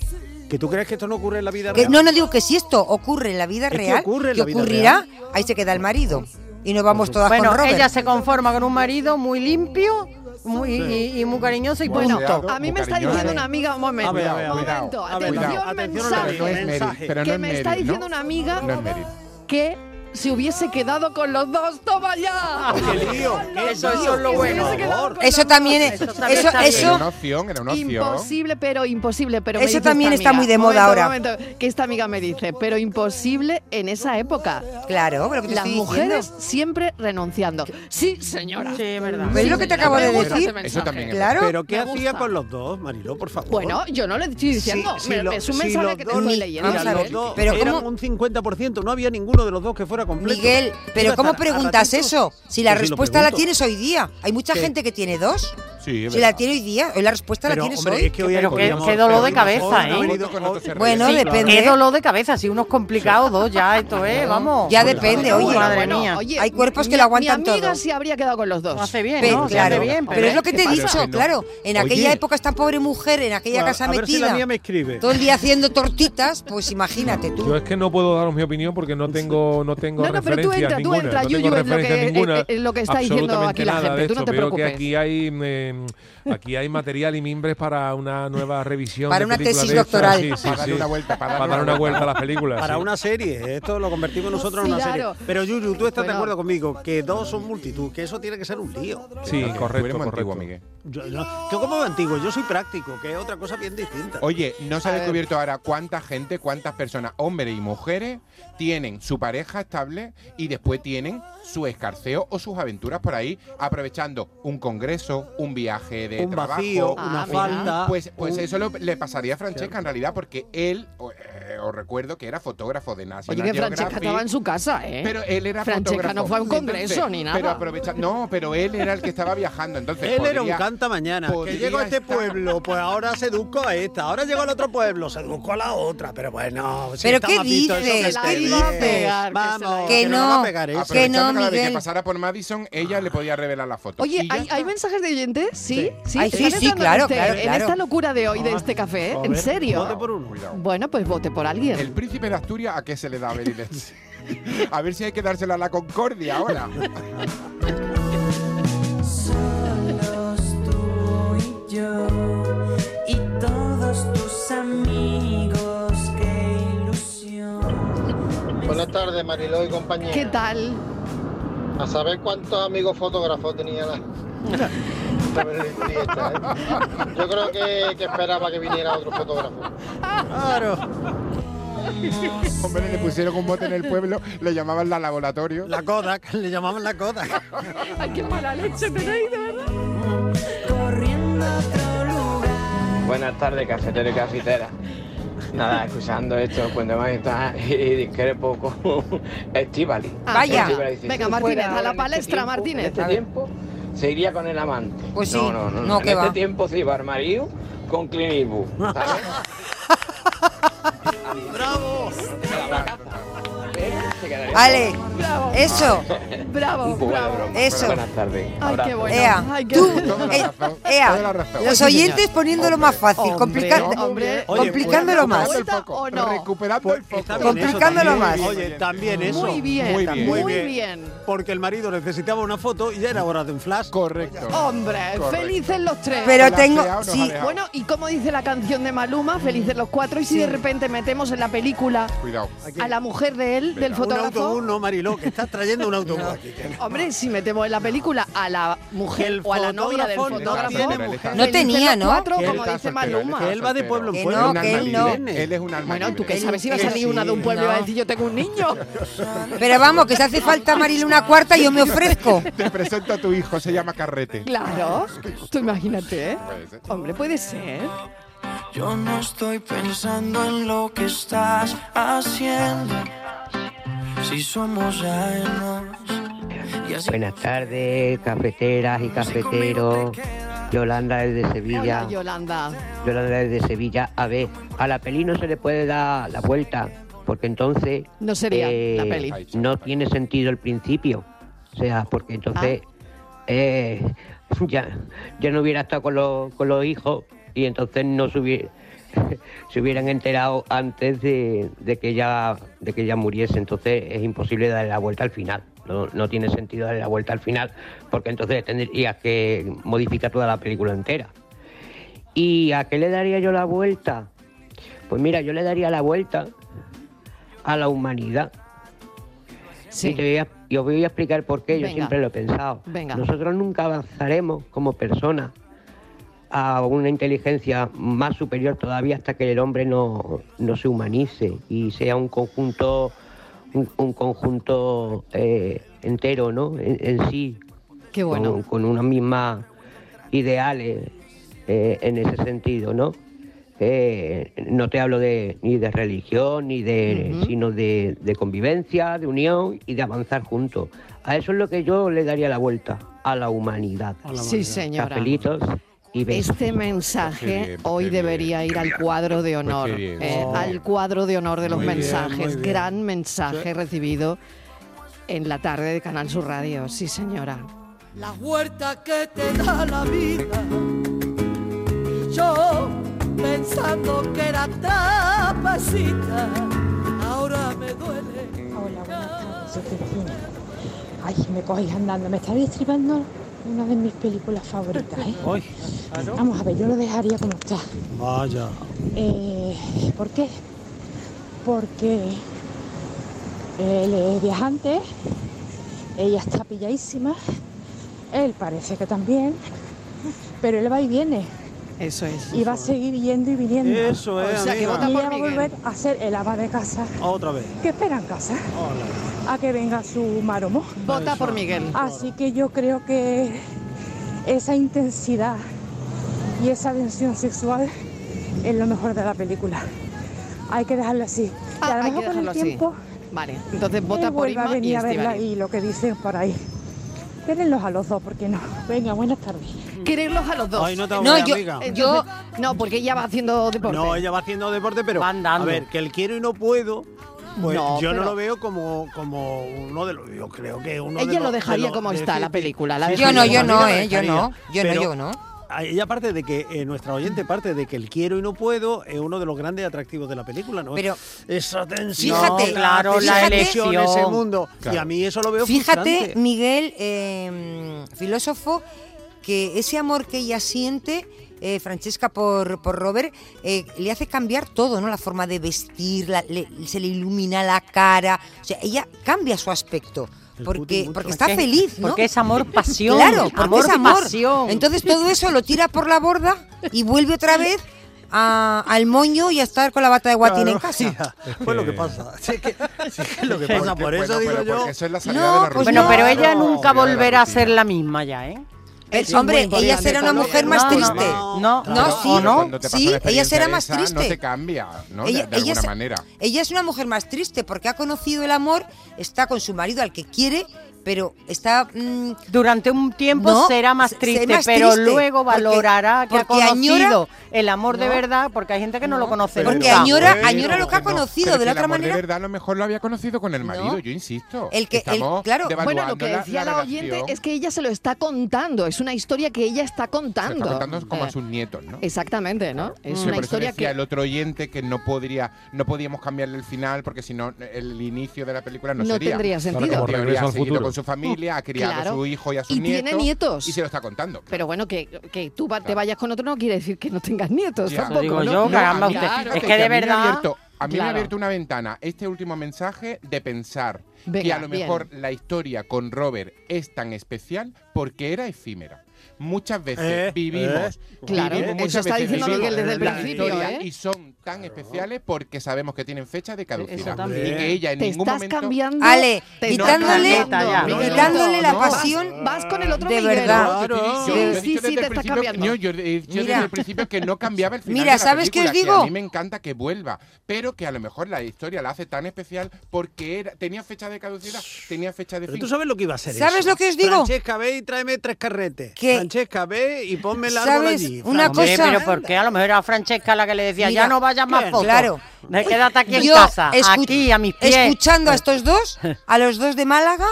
G: ¿Que tú crees que esto no ocurre en la vida
J: Que-
G: real?
J: no, no digo que si esto ocurre en la vida
G: Es que
J: real,
G: ocurre en
J: que
G: la vida
J: ocurrirá,
G: real.
J: ahí se queda el marido. Y nos vamos todas
H: Bueno,
J: con Robert.
H: ella se conforma con un marido muy limpio muy, y, y muy cariñoso y
F: Bueno,
H: punto.
F: cuidado,
A: A mí me está
F: cariñoso.
A: diciendo una amiga, un momento,
F: Ah,
G: A ver, a ver, a
A: un
G: ver.
A: momento,
G: A ver,
A: atención,
G: cuidado. Atención,
A: mensaje,
F: Pero no es Meryl,
G: Mensaje.
F: pero no
A: que
F: es
A: me
F: Meryl,
A: está diciendo
F: ¿no?
A: una amiga
F: No es Meryl.
A: que se hubiese quedado con los dos, toma ya.
G: ¡Qué lío! ¡Qué
H: Eso-
G: lío!
H: eso es lo
G: Por
H: bueno.
G: favor.
J: Eso también es.
H: Eso también
J: Eso,
H: está
F: Era una
J: eso.
F: opción, era una opción.
A: Imposible, pero imposible, pero me
J: Eso
A: dice
J: también
A: esta
J: está
A: amiga.
J: muy de moda ahora.
A: Momento, momento, que esta amiga me dice, pero imposible en esa época.
J: Claro, pero que te
A: Las
J: estoy
A: mujeres
J: diciendo.
A: siempre renunciando. Sí, señora.
H: Sí, es verdad.
J: ¿Ves lo que te acabo de
A: Me gusta
J: decir?
A: ese mensaje.
F: Eso también es
J: Claro.
G: ¿Pero qué
A: Me
G: hacía
A: gusta.
G: con los dos, Marilo, por favor?
A: Bueno, yo no le estoy diciendo,
G: Sí,
A: me-
G: sí, lo-
A: es un
G: sí,
A: mensaje
G: los
A: que te
G: dos-
A: estoy
J: ni-
A: leyendo.
J: vamos a
G: Mira,
J: ver,
G: los dos
J: pero
G: eran
J: ¿cómo-
G: un 50%, no había ninguno de los dos que fuera completo.
J: Miguel,
G: Iba
J: pero
G: a
J: ¿cómo
G: estar a
J: preguntas
G: ratitos.
J: eso? Si la
G: Pues lo
J: respuesta la
G: pregunto.
J: tienes hoy día. Hay mucha gente que tiene dos.
F: Sí, es
J: Si la
F: verdad.
J: tiene hoy día, hoy la respuesta
G: Pero,
J: la tienes
G: hombre,
J: hoy.
G: es que hoy hay
H: Pero qué-
G: poliamor,
H: qué dolor de
G: pero hoy
H: cabeza,
G: hoy no
H: ¿eh?
G: ha venido con otro cerrado.
J: Bueno,
G: Sí,
J: depende.
H: Qué dolor de cabeza, si uno es complicado, dos ya, esto es, vamos.
J: Ya depende,
A: Bueno,
J: oye.
H: Madre
A: bueno,
H: mía.
A: oye,
J: Hay cuerpos
A: mi-
J: que lo aguantan
A: Mi amiga
J: todo.
A: sí habría quedado con los dos.
H: No hace bien,
J: Pe-
H: ¿no? Se
J: claro,
H: hace bien,
J: pero es lo que te he
A: ¿qué pasa?
J: dicho, claro. En aquella
F: Oye.
J: época esta pobre mujer en aquella
G: Claro,
J: casa
G: a ver si la
J: metida,
G: mía me escribe.
J: todo el día haciendo tortitas, pues imagínate
I: Yo
J: tú.
I: es que no puedo daros mi opinión porque no tengo, no tengo
A: No, no, pero tú
I: referencias
A: entra, tú
I: ninguna.
A: entra,
I: no
A: Yuyu,
I: tengo
A: en lo que-
I: referencias
A: en-
I: ninguna.
A: en lo que está diciendo
I: absolutamente
A: aquí la
I: nada de
A: gente, tú no
I: esto.
A: te
I: Veo
A: preocupes.
I: que aquí hay, eh, aquí hay material y mimbres para una nueva revisión.
J: Para
I: de
J: una
I: películas
J: tesis
I: de estas.
J: doctoral.
I: Sí, sí,
F: Para darle
I: sí.
F: una vuelta, para
I: Para dar una vuelta a las películas.
G: Para
I: sí.
G: una serie, esto lo convertimos nosotros en una
A: Claro.
G: serie. Pero Yuyu, tú estás
A: Bueno.
G: de acuerdo conmigo que dos son multitud, que eso tiene que ser un lío.
I: Sí,
F: Tú eres
I: correcto,
F: muy antiguo,
I: correcto.
F: Miguel.
G: Yo, yo, yo como antiguo, yo soy práctico, que es otra cosa bien distinta.
F: Oye, no se
A: A
F: ha
A: ver.
F: descubierto ahora cuánta gente, cuántas personas, hombres y mujeres, tienen su pareja estable y después tienen su escarceo o sus aventuras por ahí, aprovechando un congreso, un viaje de
G: un
F: trabajo.
G: vacío,
A: Ah,
G: una
A: mira.
G: falta.
F: Pues, pues
G: un-
F: eso lo- le pasaría a Francesca en realidad porque él o, eh, os recuerdo que era fotógrafo de National
A: Oye, que Francesca
F: Geographic.
A: estaba en su casa, ¿eh?
F: Pero él era
A: Francesca
F: fotógrafo.
A: no fue a un
F: Entonces,
A: congreso ni nada.
F: Pero aprovecha- no, pero él era el que estaba viajando. Entonces
G: Él era un
F: podría-
G: canta mañana. Que
F: podría
G: llego a este
F: estar-
G: pueblo, pues ahora seduco a esta. Ahora llego al otro pueblo, seduco a la otra. Pero bueno, si
J: ¿Pero
G: está
J: qué
G: guapito, eso
J: dices?
G: que
J: ¿Qué
G: se ve.
J: dices?
G: Vamos,
J: Que
G: que no va
J: no.
G: a pegar eso.
J: Que
F: Aprovechando
J: no,
F: cada vez que
J: Miguel.
F: pasara por Madison, ella le podía revelar la foto.
A: Oye,
F: Y ya
A: ¿hay,
F: está.
A: hay mensajes de oyentes? Sí, sí,
J: Ay, sí,
A: ¿Están
J: sí,
A: entrando
J: claro,
A: en
J: claro,
A: En
J: claro.
A: esta locura de hoy, de este café,
G: A
A: ¿en
G: ver,
A: serio?
G: vote por uno.
F: Cuidado.
A: Bueno, pues vote por
F: El
A: alguien.
F: príncipe de Asturias, ¿a qué se le da a Berilets? A ver si hay que dársela a la Concordia ahora.
E: Solos tú y yo y todos tus amigos, qué ilusión.
K: Buenas tardes, Mariló y compañía.
A: ¿Qué tal?
K: A saber cuántos amigos fotógrafos tenía la... la Benedicta, ¿eh? Yo creo que, que esperaba que viniera otro fotógrafo.
G: Claro.
F: Hombre, le pusieron un bote en el pueblo, le llamaban la laboratorio.
G: La Kodak, le llamaban la Kodak.
A: Ay, qué mala leche tenéis, de verdad.
E: Corriendo a otro lugar.
L: Buenas tardes, cafetero y cafetera. Nada, escuchando esto, cuando más está y discrepo con Estivali.
A: Ah,
J: Vaya.
A: venga, Venga, Martínez, a la palestra,
L: En
A: Martínez.
L: este tiempo se iría con el amante.
J: Pues sí.
L: No, no, no.
J: No,
L: en
J: que
L: este
J: va.
L: tiempo se iba al marido con Clint Eastwood, ¿sabes?
G: ¡Bravo!
L: Se quedaría
J: Ale,
A: Bravo,
J: eso,
A: bravo,
L: un poco de
A: bravo.
L: broma.
J: Eso.
L: Buenas tardes.
A: Ay, qué
L: Abrazo.
A: bueno.
J: Ea,
A: Ay, qué
J: tú,
A: bueno.
F: Toda la
J: eh,
F: razón, toda la
J: Ea,
F: razón.
J: los
A: Oye,
J: oyentes
A: señor.
J: poniéndolo más fácil,
A: Hombre,
J: complica-
A: hombre.
G: pues,
J: Oye, complicándolo más.
F: Recuperando el foco,
A: ¿O no?
F: Recuperando el foco.
G: Está bien eso
J: Complicándolo
G: también.
J: más.
G: Oye, también eso.
A: Muy bien,
F: Muy
A: muy
F: bien.
A: bien.
G: Muy Porque el marido necesitaba una foto y ya era hora de un flash.
F: Correcto.
A: Hombre,
F: Correcto.
A: felices los tres.
J: Pero
F: Nos ha
J: tengo,
F: afeado, nos ha
J: sí,
F: afeado.
A: bueno, y como dice la canción de Maluma, felices los cuatro, y si de repente metemos en la película
F: Cuidado.
A: a la mujer de él, del
G: Un autobús,
A: fotógrafo.
G: no, Mariló, que estás trayendo un autobús aquí.
A: Hombre, si metemos en la película a la
G: Que
A: mujer
G: el
A: o a la novia del
G: fotógrafo no
A: fotógrafo,
F: tiene
A: felices
F: mujer.
J: No
A: los
J: tenía, ¿no?
A: Cuatro,
G: Que él
A: como
F: está
A: dice
F: soltero, él
A: Maluma.
F: está
G: Que él va de
F: soltero.
G: pueblo en
J: Que
G: pueblo.
J: no,
F: Un
J: que
F: alma
J: él no.
F: libre. Él es un alma
A: Bueno, tú
F: libre.
A: que sabes si va a
J: Él
A: salir una de un
J: sí,
A: pueblo y va a
J: no.
A: decir yo tengo un niño.
J: pero vamos, que si hace falta Marilo una cuarta, yo me ofrezco.
F: Te presento a tu hijo, se llama Carrete.
A: Claro, tú imagínate, ¿eh?
F: Puede ser.
A: Hombre, puede ser.
E: Yo no estoy pensando en lo que estás haciendo. Si somos ajenos. Y así
M: Buenas tardes, cafeteras y cafeteros. Yolanda desde Sevilla.
A: Hola, Yolanda.
M: Yolanda desde Sevilla. A ver, a la peli no se le puede dar la vuelta, porque entonces eh,
A: No sería la peli.
M: no tiene sentido el principio. O sea, porque entonces eh, ya, ya no hubiera estado con los, con los hijos y entonces no se, hubie- se hubieran enterado antes de, de que ya, de que ya muriese. Entonces es imposible darle la vuelta al final. No, no tiene sentido darle la vuelta al final, porque entonces tendrías que modificar toda la película entera. ¿Y a qué le daría yo la vuelta? Pues mira, yo le daría la vuelta a la humanidad. Y, te
A: Sí.
M: voy a- y os voy a explicar por qué, yo
A: Venga.
M: siempre lo he pensado.
A: Venga.
M: Nosotros nunca avanzaremos como personas a una inteligencia más superior todavía hasta que el hombre no, no se humanice y sea un conjunto, un, un conjunto eh, entero, ¿no? En, en sí,
A: Qué
M: con,
A: bueno.
M: con unas mismas ideales eh, en ese sentido, ¿no? Eh, no te hablo de, ni de religión, ni de,
A: Ujú.
M: sino de, de convivencia, de unión y de avanzar juntos. A eso es lo que yo le daría la vuelta, a la humanidad.
A: Sí, señora.
M: Cafelitos y besos.
A: Este mensaje
F: Qué bien,
A: hoy
F: qué bien.
A: debería ir al cuadro de honor,
F: Pues qué bien.
A: eh,
G: Oh.
A: al cuadro de honor de los
G: Muy bien, muy
A: mensajes.
G: bien.
A: Gran mensaje recibido en la tarde de Canal Sur Radio. Sí, señora.
E: La huerta que te da la vida. Yo pensando que era tapacita, ahora me duele.
N: Hola, buenas tardes, soy Cristina. Ay, me cogéis andando, me estáis estribando una de mis películas favoritas, ¿eh?
G: Hoy.
N: Vamos a ver, yo lo dejaría como está.
G: Vaya.
N: Eh, ¿Por qué? Porque eh, él es viajante, ella está pilladísima, él parece que también, pero él va y viene,
A: Eso es.
N: y va a seguir yendo y viniendo.
G: Eso es,
A: O sea, que
G: amiga.
A: vota
N: Y
A: por
N: ella va a
A: Miguel.
N: volver a ser el ama de casa.
G: Otra vez.
N: ¿Qué espera en casa?
G: Hola.
N: A que venga su maromo.
A: Vota por Miguel.
N: Así que yo creo que esa intensidad y esa tensión sexual es lo mejor de la película. hay que dejarlo así. y a
A: Ah,
N: lo mejor
A: hay que
N: con el
A: dejarlo así.
N: tiempo
A: Vale, entonces
N: que
A: vota por
N: vuelva a
A: Isma
N: venir
A: y ¿eh?
N: a verla
A: Estivali.
N: y lo que dicen por ahí. Quédenlos a los dos, porque no. Venga, buenas tardes.
A: Quererlos a los dos.
G: Ay, no te No, hago yo- amiga.
A: yo, no, porque ella va haciendo deporte.
G: No, ella va haciendo deporte, pero a ver, que el quiero y no puedo. Pues
A: No,
G: yo
A: pero-
G: no lo veo como, como uno de los. Yo creo que uno de
A: Ella lo
G: los- de
A: dejaría
G: los-
A: como
G: de-
A: está la película. la
G: Sí,
A: dejaría
G: sí,
A: como
G: yo
A: está.
G: no,
J: no,
G: eh,
J: ¿eh? Yo no. Yo no,
G: Pero-
J: yo no.
G: a- Ella aparte de que eh, nuestra oyente parte de que el quiero y no puedo es uno de los grandes atractivos de la película, ¿no?
J: Pero-
G: esa tensión,
J: Fíjate, claro, la
G: tensión,
J: elección.
G: ese mundo. Y
J: Claro.
G: a mí eso lo veo
J: Fíjate,
G: frustrante.
J: Miguel, eh, filósofo, que ese amor que ella siente, eh, Francesca, por, por Robert, eh, le hace cambiar todo, ¿no? La forma de vestir, la- le- se le ilumina la cara. O sea, ella cambia su aspecto. Porque, porque está
O: Porque-
J: feliz, ¿no?
O: porque es amor, pasión,
J: Claro, porque
O: amor,
J: es amor.
O: pasión.
J: Entonces todo eso lo tira por la borda y vuelve otra vez a- al moño y a estar con la bata de guatín en casa.
G: Pues
F: Eh,
G: lo que pasa. Sí, que, sí, que lo que
F: Porque-
G: pasa. Por
F: bueno,
G: eso digo
F: pero
G: yo. pues
F: porque eso es la salida de la rutina.
O: bueno, pues pero ella
F: Claro,
O: nunca
F: salida de la
O: volverá a
F: rutina.
O: ser la misma ya, ¿eh?
J: El- hombre, ella será una mujer más triste.
O: No, no,
J: No, sí.
O: ¿o no?
F: Cuando te pasa
J: Sí,
F: una
J: ella será
F: experiencia
J: más
F: de esa, No
J: triste.
F: te cambia, ¿no? De-
J: Ella-
F: de
J: ella
F: alguna
J: se-
F: manera.
J: Ella es una mujer más triste porque ha conocido el amor, está con su marido al que quiere, pero está... mm,
O: Durante un tiempo será más triste, pero luego valorará que ha conocido el amor de
J: No.
O: verdad, porque hay gente que no, lo conoce
F: Pero
O: nunca.
F: bueno, no, pero que el amor de verdad a lo mejor lo había conocido con el marido, yo insisto.
J: El que- el-
F: Estamos
J: claro.
A: Bueno, lo
F: devaluando
A: que decía la, oyente
F: relación.
A: es que ella se lo está contando. Es una historia que ella está
F: Se
A: contando.
F: está contando como
A: Eh,
F: a sus nietos, ¿no?
A: Exactamente, ¿no? Es
F: Sí,
A: una
F: por eso
A: historia
F: decía
A: que
F: el otro oyente que no podría, no podíamos cambiarle el final porque si no el inicio de la película no,
A: No
F: sería.
A: tendría Claro, sentido. como
F: En teoría,
A: Regreso
F: ha
A: al
F: seguido
A: Futuro.
F: con su familia, ha criado
A: Claro.
F: a su hijo y a su
A: Y
F: nieto.
A: tiene nietos.
F: Y se lo está contando.
A: Pero bueno, que, que tú va- te
F: Claro.
A: vayas con otro no quiere decir que no tengas nietos
F: Ya.
A: tampoco. ¿no?
F: No, a mí- fíjate a mí me ha abierto- a mí me ha
A: Claro.
F: abierto una ventana este último mensaje de pensar que
A: Venga,
F: a lo
A: bien.
F: mejor la historia con Robert es tan especial porque era efímera. Muchas veces
G: Eh,
F: vivimos,
G: eh. Claro,
F: vivimos-
G: eso
F: muchas
G: está
F: veces
G: diciendo
F: vivimos
G: Miguel desde el
F: la
G: principio,
F: historia
G: ¿eh?
F: y son tan especiales porque sabemos que tienen fecha de caducidad y
A: también.
F: que ella en
A: Te
F: ningún
A: estás
F: momento
A: cambiando.
J: Ale,
F: No,
J: quitándole,
F: no, no, no, no,
J: quitándole la
F: no.
J: pasión
A: Vas con el otro
J: de
A: Miguel.
J: verdad.
F: Yo he dicho desde el principio que- no, yo he dicho
J: Mira.
F: desde el principio que no cambiaba el final.
J: Mira,
F: de la
J: ¿sabes qué os
F: película, que
J: digo?
F: a mí me encanta que vuelva, pero que a lo mejor la historia la hace tan especial porque era- tenía fecha de caducidad, tenía fecha de
G: Pero
F: fin.
G: tú sabes lo que iba a ser
F: ¿Sabes
G: eso?
F: lo que os digo?
G: Francesca, ve y tráeme tres carretes. Francesca, ve y ponme el árbol allí.
O: Hombre,
G: Francesca.
O: pero porque a lo mejor era Francesca la que le decía,
G: Mira,
O: ya no vayas más
G: claro.
O: fotos.
G: Claro.
O: Me quédate aquí en
J: Yo
O: casa,
J: escu-
O: aquí a mis pies.
J: Escuchando a estos dos, a los dos de Málaga,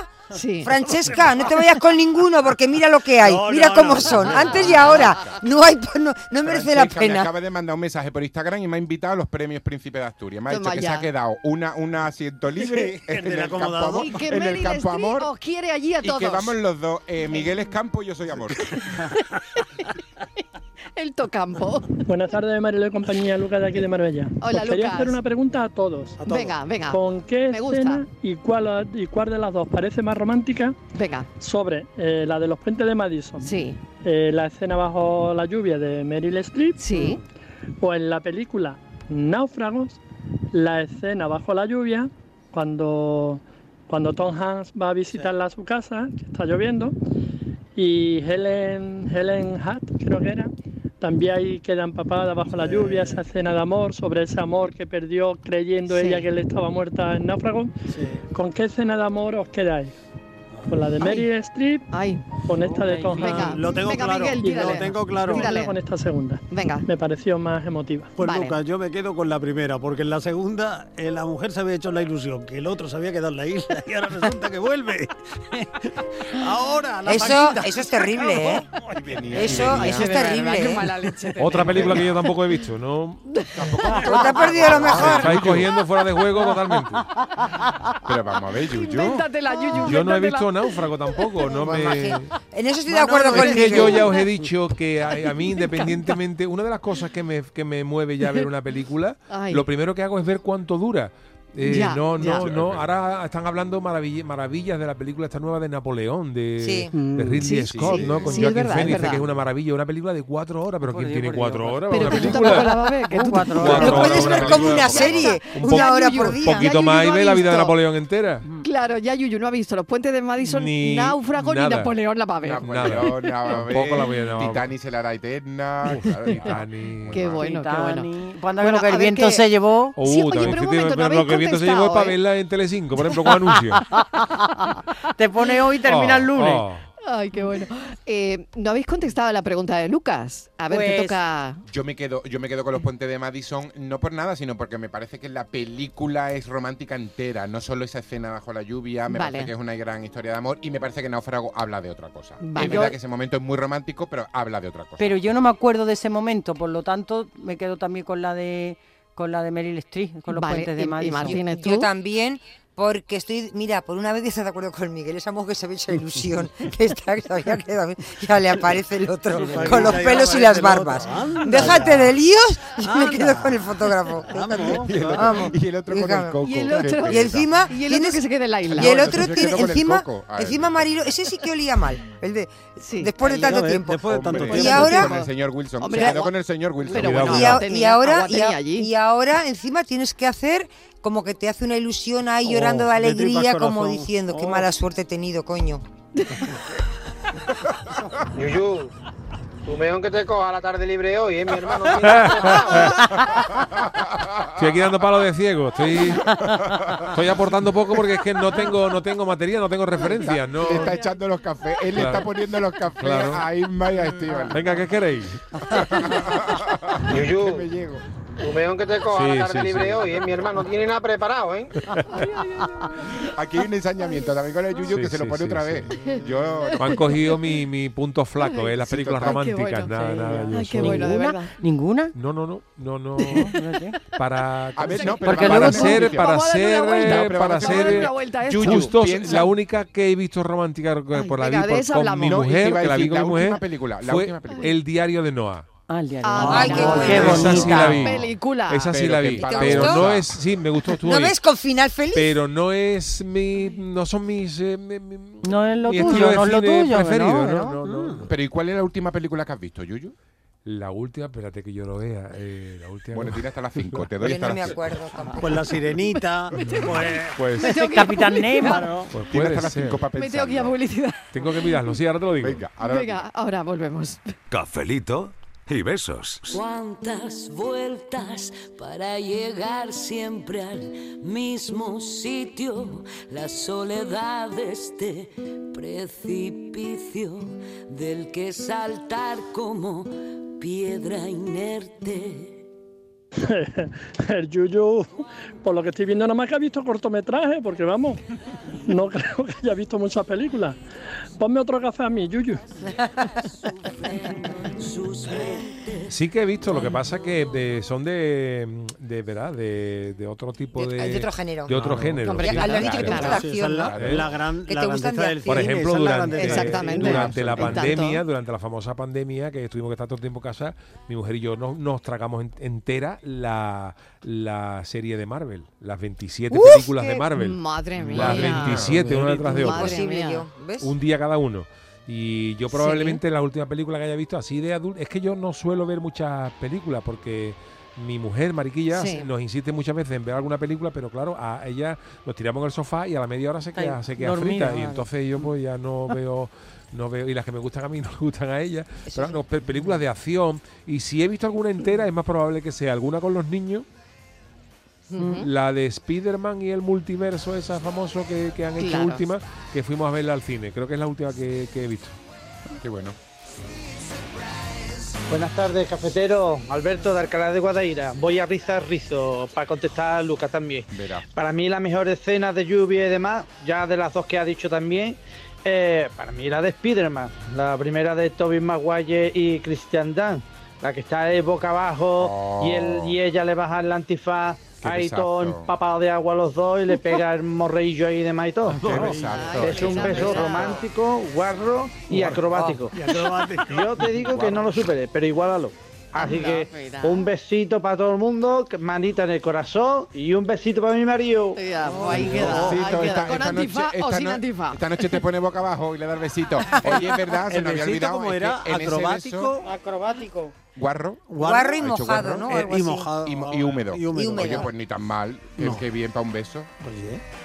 J: Francesca, no te vayas con ninguno porque mira lo que hay,
F: No,
J: mira
F: no,
J: cómo
F: no.
J: son, antes y ahora. No hay, no, no merece la
F: Francesca Me
J: pena.
F: acaba de mandar un mensaje por Instagram y me ha invitado a los premios Príncipe de Asturias. Me ha dicho
A: Toma
F: que
A: ya.
F: se ha quedado una, un asiento libre
G: Sí,
F: en
G: del
F: el campo
G: acomodador.
F: amor.
A: Y que
F: En el
A: Meryl
F: campo
A: Streep
F: amor.
A: os quiere allí a
F: Y
A: todos.
F: que vamos los dos. eh, Miguel es campo y yo soy amor.
A: El tocampo.
P: Buenas tardes, Marilo de compañía, Lucas de aquí de Marbella.
A: Hola,
P: Os eh, quería
A: Lucas.
P: hacer una pregunta a todos.
A: todos. Venga, venga.
P: ¿Con qué
A: Me gusta.
P: escena y cuál, y cuál de las dos parece más romántica?
A: Venga.
P: Sobre eh, la de los puentes de Madison. Eh,
A: Sí.
P: la escena bajo la lluvia de Meryl Streep.
A: Sí.
P: O en la película Náufragos, la escena bajo la lluvia, cuando, cuando Tom Hanks va a visitarla a su casa, que está lloviendo, y Helen, Helen Hunt, creo que era, también ahí queda empapada bajo la lluvia, esa escena de amor, sobre ese amor que perdió creyendo
A: Sí.
P: ella que él estaba muerta en náufrago. ¿Con qué escena de amor os quedáis? ¿Con la de Mary Streep? ¿Con esta de Tom
G: Venga,
P: Hanks?
G: lo tengo Venga, claro, Miguel, lo tírale. tengo claro. Tírale.
P: Con esta segunda.
A: Venga.
P: Me pareció más emotiva.
G: Pues Lucas, yo me quedo con la primera, porque en la segunda eh, la mujer se había hecho la ilusión que el otro se había quedado en la isla y ahora resulta que vuelve. ahora, la
J: Eso,
G: paquita.
J: eso es terrible, ¿eh? Eso, eso es terrible. ¿eh?
I: Otra película que yo tampoco he visto, ¿no? Ah,
J: Tú te has perdido lo mejor.
I: Estáis cogiendo fuera de juego totalmente.
F: Pero vamos a ver, Yuyu.
G: Ah.
A: Invéntatela, Yuyu.
I: Yo no he
A: invéntatela.
I: visto náufrago tampoco, no me...
J: En eso estoy de acuerdo con
I: Es que
J: Miguel.
I: yo ya os he dicho que a, a mí, independientemente, una de las cosas que me, que me mueve ya a ver una película,
A: Ay.
I: lo primero que hago es ver cuánto dura. Eh,
A: Ya,
I: no,
A: ya.
I: no, no. Ahora están hablando maravill- maravillas de la película esta nueva de Napoleón, de,
A: Sí.
I: de
A: Mm,
I: Ridley
A: sí,
I: Scott,
A: sí.
I: ¿no? Con
A: Sí, es
I: Joaquin
A: verdad, es
I: Phoenix,
A: verdad.
I: que es una maravilla, una película de cuatro horas, pero ¿quién tiene cuatro horas?
A: Pero
I: para una
A: que tú
I: película?
A: tampoco la vas a ver, que tú-
I: Cuatro
A: Lo puedes
I: horas,
A: ver
I: una
A: como
I: película.
A: una serie,
I: Un
A: una
I: poco-
A: hora por día.
I: Un poquito
A: Ya,
I: más y
A: Yuyu,
I: ve
A: ha
I: la vida de
A: visto.
I: Napoleón entera.
A: Claro, ya Yuyu no ha visto los puentes de Madison,
I: Ni
A: náufrago ni
I: nada.
A: Napoleón la va a ver.
F: Napoleón, la va a ver,
I: Tampoco la voy a- no.
F: Titanic se la hará eterna. claro, Titanic.
A: Qué bueno, qué bueno.
O: Titanic. ¿Cuándo es lo que el viento se llevó?
I: Uh,
O: Sí, oye, pero
I: también
O: un
I: te-
O: momento, no
I: pero
O: habéis
I: lo que el viento se llevó es
O: contestado,
I: para
O: ¿eh?
I: verla en Telecinco, por ejemplo, con anuncios.
O: Te pone hoy y termina el
I: Oh,
O: lunes.
I: oh.
A: Ay, qué bueno. Eh, no habéis contestado a la pregunta de Lucas. A ver, te
F: Pues-
A: toca.
F: Yo me quedo, yo me quedo con los puentes de Madison, no por nada, sino porque me parece que la película es romántica entera, no solo esa escena bajo la lluvia, me
A: Vale.
F: parece que es una gran historia de amor y me parece que Náufrago habla de otra cosa.
O: Vale.
F: Es verdad
O: Yo-
F: que ese momento es muy romántico, pero habla de otra cosa.
O: Pero yo no me acuerdo de ese momento, por lo tanto me quedo también con la de con la de Meryl Streep, con los puentes de Madison.
J: Yo también, porque estoy, mira, por una vez está de acuerdo con Miguel, esa mujer que se había hecho ilusión, que está, que se había quedado- ya le aparece el otro,
E: Su
J: con
E: familia ya
J: los pelos y
E: aparece
J: las
E: el otro.
J: barbas.
E: Anda
J: Déjate
E: ya.
J: de líos y
E: Anda.
J: me quedo con el fotógrafo.
F: Y el otro-
J: Vamos.
F: y el otro con el
J: Déjame.
F: coco.
J: Y,
F: qué pereza.
J: encima,
A: Y el otro
J: tienes-
A: que se quede en la isla.
J: Y el
A: No,
J: otro
A: entonces se
J: tiene,
A: quedó con el
J: encima,
A: coco. A ver.
J: encima Marilo, ese sí que olía mal, el de, eh, después de
F: Ya
J: tanto
F: ves,
J: tiempo.
F: eh, después de tanto
J: Hombre.
F: tiempo.
J: Y ahora,
F: Con el señor Wilson.
J: Hombre,
F: se quedó
J: agua-
F: con el señor Wilson.
J: Pero
F: Cuidado,
J: bueno, y,
F: cuidado.
J: a- y ahora, y, a- y ahora encima tienes que hacer como que te hace una ilusión ahí
E: Oh,
J: llorando de
E: de
J: alegría,
E: tripas
J: como
E: corazón.
J: diciendo, qué
E: Oh.
J: mala suerte he tenido, coño.
K: Yuyu, tú mejor que te coja la tarde libre hoy, ¿eh, mi hermano?
I: Ah, Estoy aquí dando palo de ciego. Estoy, estoy aportando poco porque es que no tengo, no tengo materia, no tengo referencias. No.
F: Le está echando los cafés. Él le
I: Claro.
F: está poniendo los cafés
I: Claro.
F: a Isma y a Estíbaliz.
I: Venga, ¿qué queréis?
K: Yuyu, tú mejor que te coja
I: Sí,
K: la tarde
I: sí,
K: libre
I: sí.
K: hoy, ¿eh, mi hermano? No tiene nada preparado, ¿eh?
F: Aquí hay un ensañamiento también con el Yuyu
I: Sí,
F: que se lo
I: sí,
F: pone
I: sí,
F: otra
I: sí.
F: vez. Yo
I: Me han cogido mi, mi punto flaco, eh, las películas
F: total. Ay, qué
I: románticas.
F: bueno.
I: Nada,
F: Sí,
I: nada,
F: ya.
I: yo
F: Ay, qué
I: soy-
F: bueno, de
O: ¿Ninguna?
F: verdad.
O: ¿Ninguna?
I: No, no, no, no, no. Para,
F: A ver, no, pero
I: porque
F: vamos
I: para
F: a darle una
I: ser,
F: vuelta.
I: para
F: Vamos a darle una
I: ser,
F: vuelta.
I: eh,
F: Pero
I: para
F: vamos a darle
I: ser
F: una vuelta a esto.
I: justos,
F: Piensa-
I: la única que he visto romántica que por la
F: venga,
I: vi
F: de
I: por-
F: esa
I: con
F: hablamos.
I: mi
F: No, te
I: mujer,
F: iba a
I: que la vi
F: decir,
I: con
F: la
I: mi mujer,
F: última película, la última
I: fue
F: película.
I: El diario de Noah.
O: Ah, el diario.
J: Ay, qué bueno.
O: qué
I: Esa sí la vi.
O: bonita. Película.
I: Esa sí
F: Pero
I: la
F: que
I: vi.
F: para-
I: Pero no
F: ¿Te gustó?
I: es. Sí, me gustó. estuvo
J: ¿No
I: bien.
J: ves con final feliz?
I: Pero no es mi. No son mis. eh, mi- mi-
O: No es lo
I: mi
O: tuyo,
I: estilo de
O: no es lo
I: cine
O: tuyo,
I: preferido,
O: ¿no?
I: ¿no? no, no.
F: Pero ¿y cuál es la última película que has visto, Yuyu?
I: La última, espérate que yo lo vea. eh, la última.
F: Bueno, tiene hasta las 5, te doy hasta las cinco.
G: Pues la sirenita,
I: Pues-
G: pues,
I: Me tengo que ir a
G: Capitán
I: publicidad.
G: Nemo.
I: Pues
F: Tiene
I: puede
F: hasta las
I: ser.
F: cinco para
A: Me tengo que ir a publicidad.
I: Tengo que mirarlo, sí, ahora te lo digo.
F: Venga,
A: Venga, ahora volvemos.
Q: Cafelito y besos.
R: Cuántas vueltas para llegar siempre al mismo sitio. La soledad de este precipicio del que saltar como piedra inerte.
P: el Yuyu, por lo que estoy viendo, nada más que ha visto cortometraje, porque vamos, no creo que haya visto muchas películas. Ponme otro café a mí, Yuyu.
I: Sí que he visto, lo que pasa que de- son de, de verdad, de, de otro tipo de...
J: De- de otro género.
I: De otro
J: Claro.
I: género.
J: Hombre,
I: sí,
J: ya lo has dicho que te gusta la
I: Sí,
J: acción,
I: esa es
J: ¿no? Que te gustan de acción,
I: Por ejemplo,
J: esa es la
I: durante,
J: grandeza. Exactamente.
I: durante la
J: Y tanto.
I: pandemia, durante la famosa pandemia que estuvimos que estar todo el tiempo en casa, mi mujer y yo nos, nos tragamos en- entera la, la serie de Marvel, las 27
A: Uf,
I: películas de
A: qué-
I: Marvel.
A: madre mía.
I: Las 27, una detrás de otra.
A: Madre Imposible mía. yo,
J: ¿ves?
I: Un día cada uno. Y yo probablemente la última película que haya visto así de adulto, es que yo no suelo ver muchas películas porque mi mujer, Mariquilla,
A: Sí.
I: nos insiste muchas veces en ver alguna película, pero claro, a ella nos tiramos en el sofá y a la media hora se
G: Está
I: queda,
G: ahí,
I: se queda
G: dormida,
I: frita. Y
G: claro.
I: entonces yo pues ya no veo... No veo, y las que me gustan a mí no le gustan a ella. Pero no, pe- películas de acción. Y si he visto alguna entera, es más probable que sea alguna con los niños la de Spider-Man y el multiverso, esa famoso que, que han hecho
A: Claro.
I: última, que fuimos a verla al cine. Creo que es la última que, que he visto.
F: Qué bueno.
S: Buenas tardes, cafetero. Alberto de Alcalá de Guadaira. Voy a rizar rizo para contestar a Lucas también.
F: Verá.
S: Para mí la mejor escena de lluvia y demás, ya de las dos que ha dicho también, eh, para mí la de Spider-Man, la primera de Tobey Maguire y Christian Dunn, la que está ahí boca abajo y, él, y ella le baja el antifaz,
F: Oh. Qué
S: ahí
F: besazo.
S: todo empapado de agua los dos y le pega el morrillo ahí y demás y todo.
F: Qué besazo.
S: es un
F: Qué
S: beso
F: besazo.
S: romántico, guarro y
F: Guarro.
S: acrobático.
F: Oh, Y acrobático.
S: Yo te digo que no lo superé, pero igualalo. Así
F: Anda,
S: que
F: mira.
S: un besito para todo el mundo, que- manita en el corazón y un besito para mi marido.
A: ahí queda, ahí queda. ¿Con antifaz o
S: tá
A: sin antifaz?
F: Esta noche te pone boca abajo y le das besito. Oye, es verdad, se
G: El
F: nos había
G: besito
F: olvidado.
G: como
F: es que
G: era,
F: en ese beso-
G: acrobático.
S: Acrobático.
F: Guarro.
J: Guarro y
F: ¿Ha dicho
J: mojado, ¿no?
F: Eh,
J: Algo así.
F: Y, mo- y húmedo.
J: Y húmedo.
F: Oye, pues ni tan mal. que Es que bien para un beso.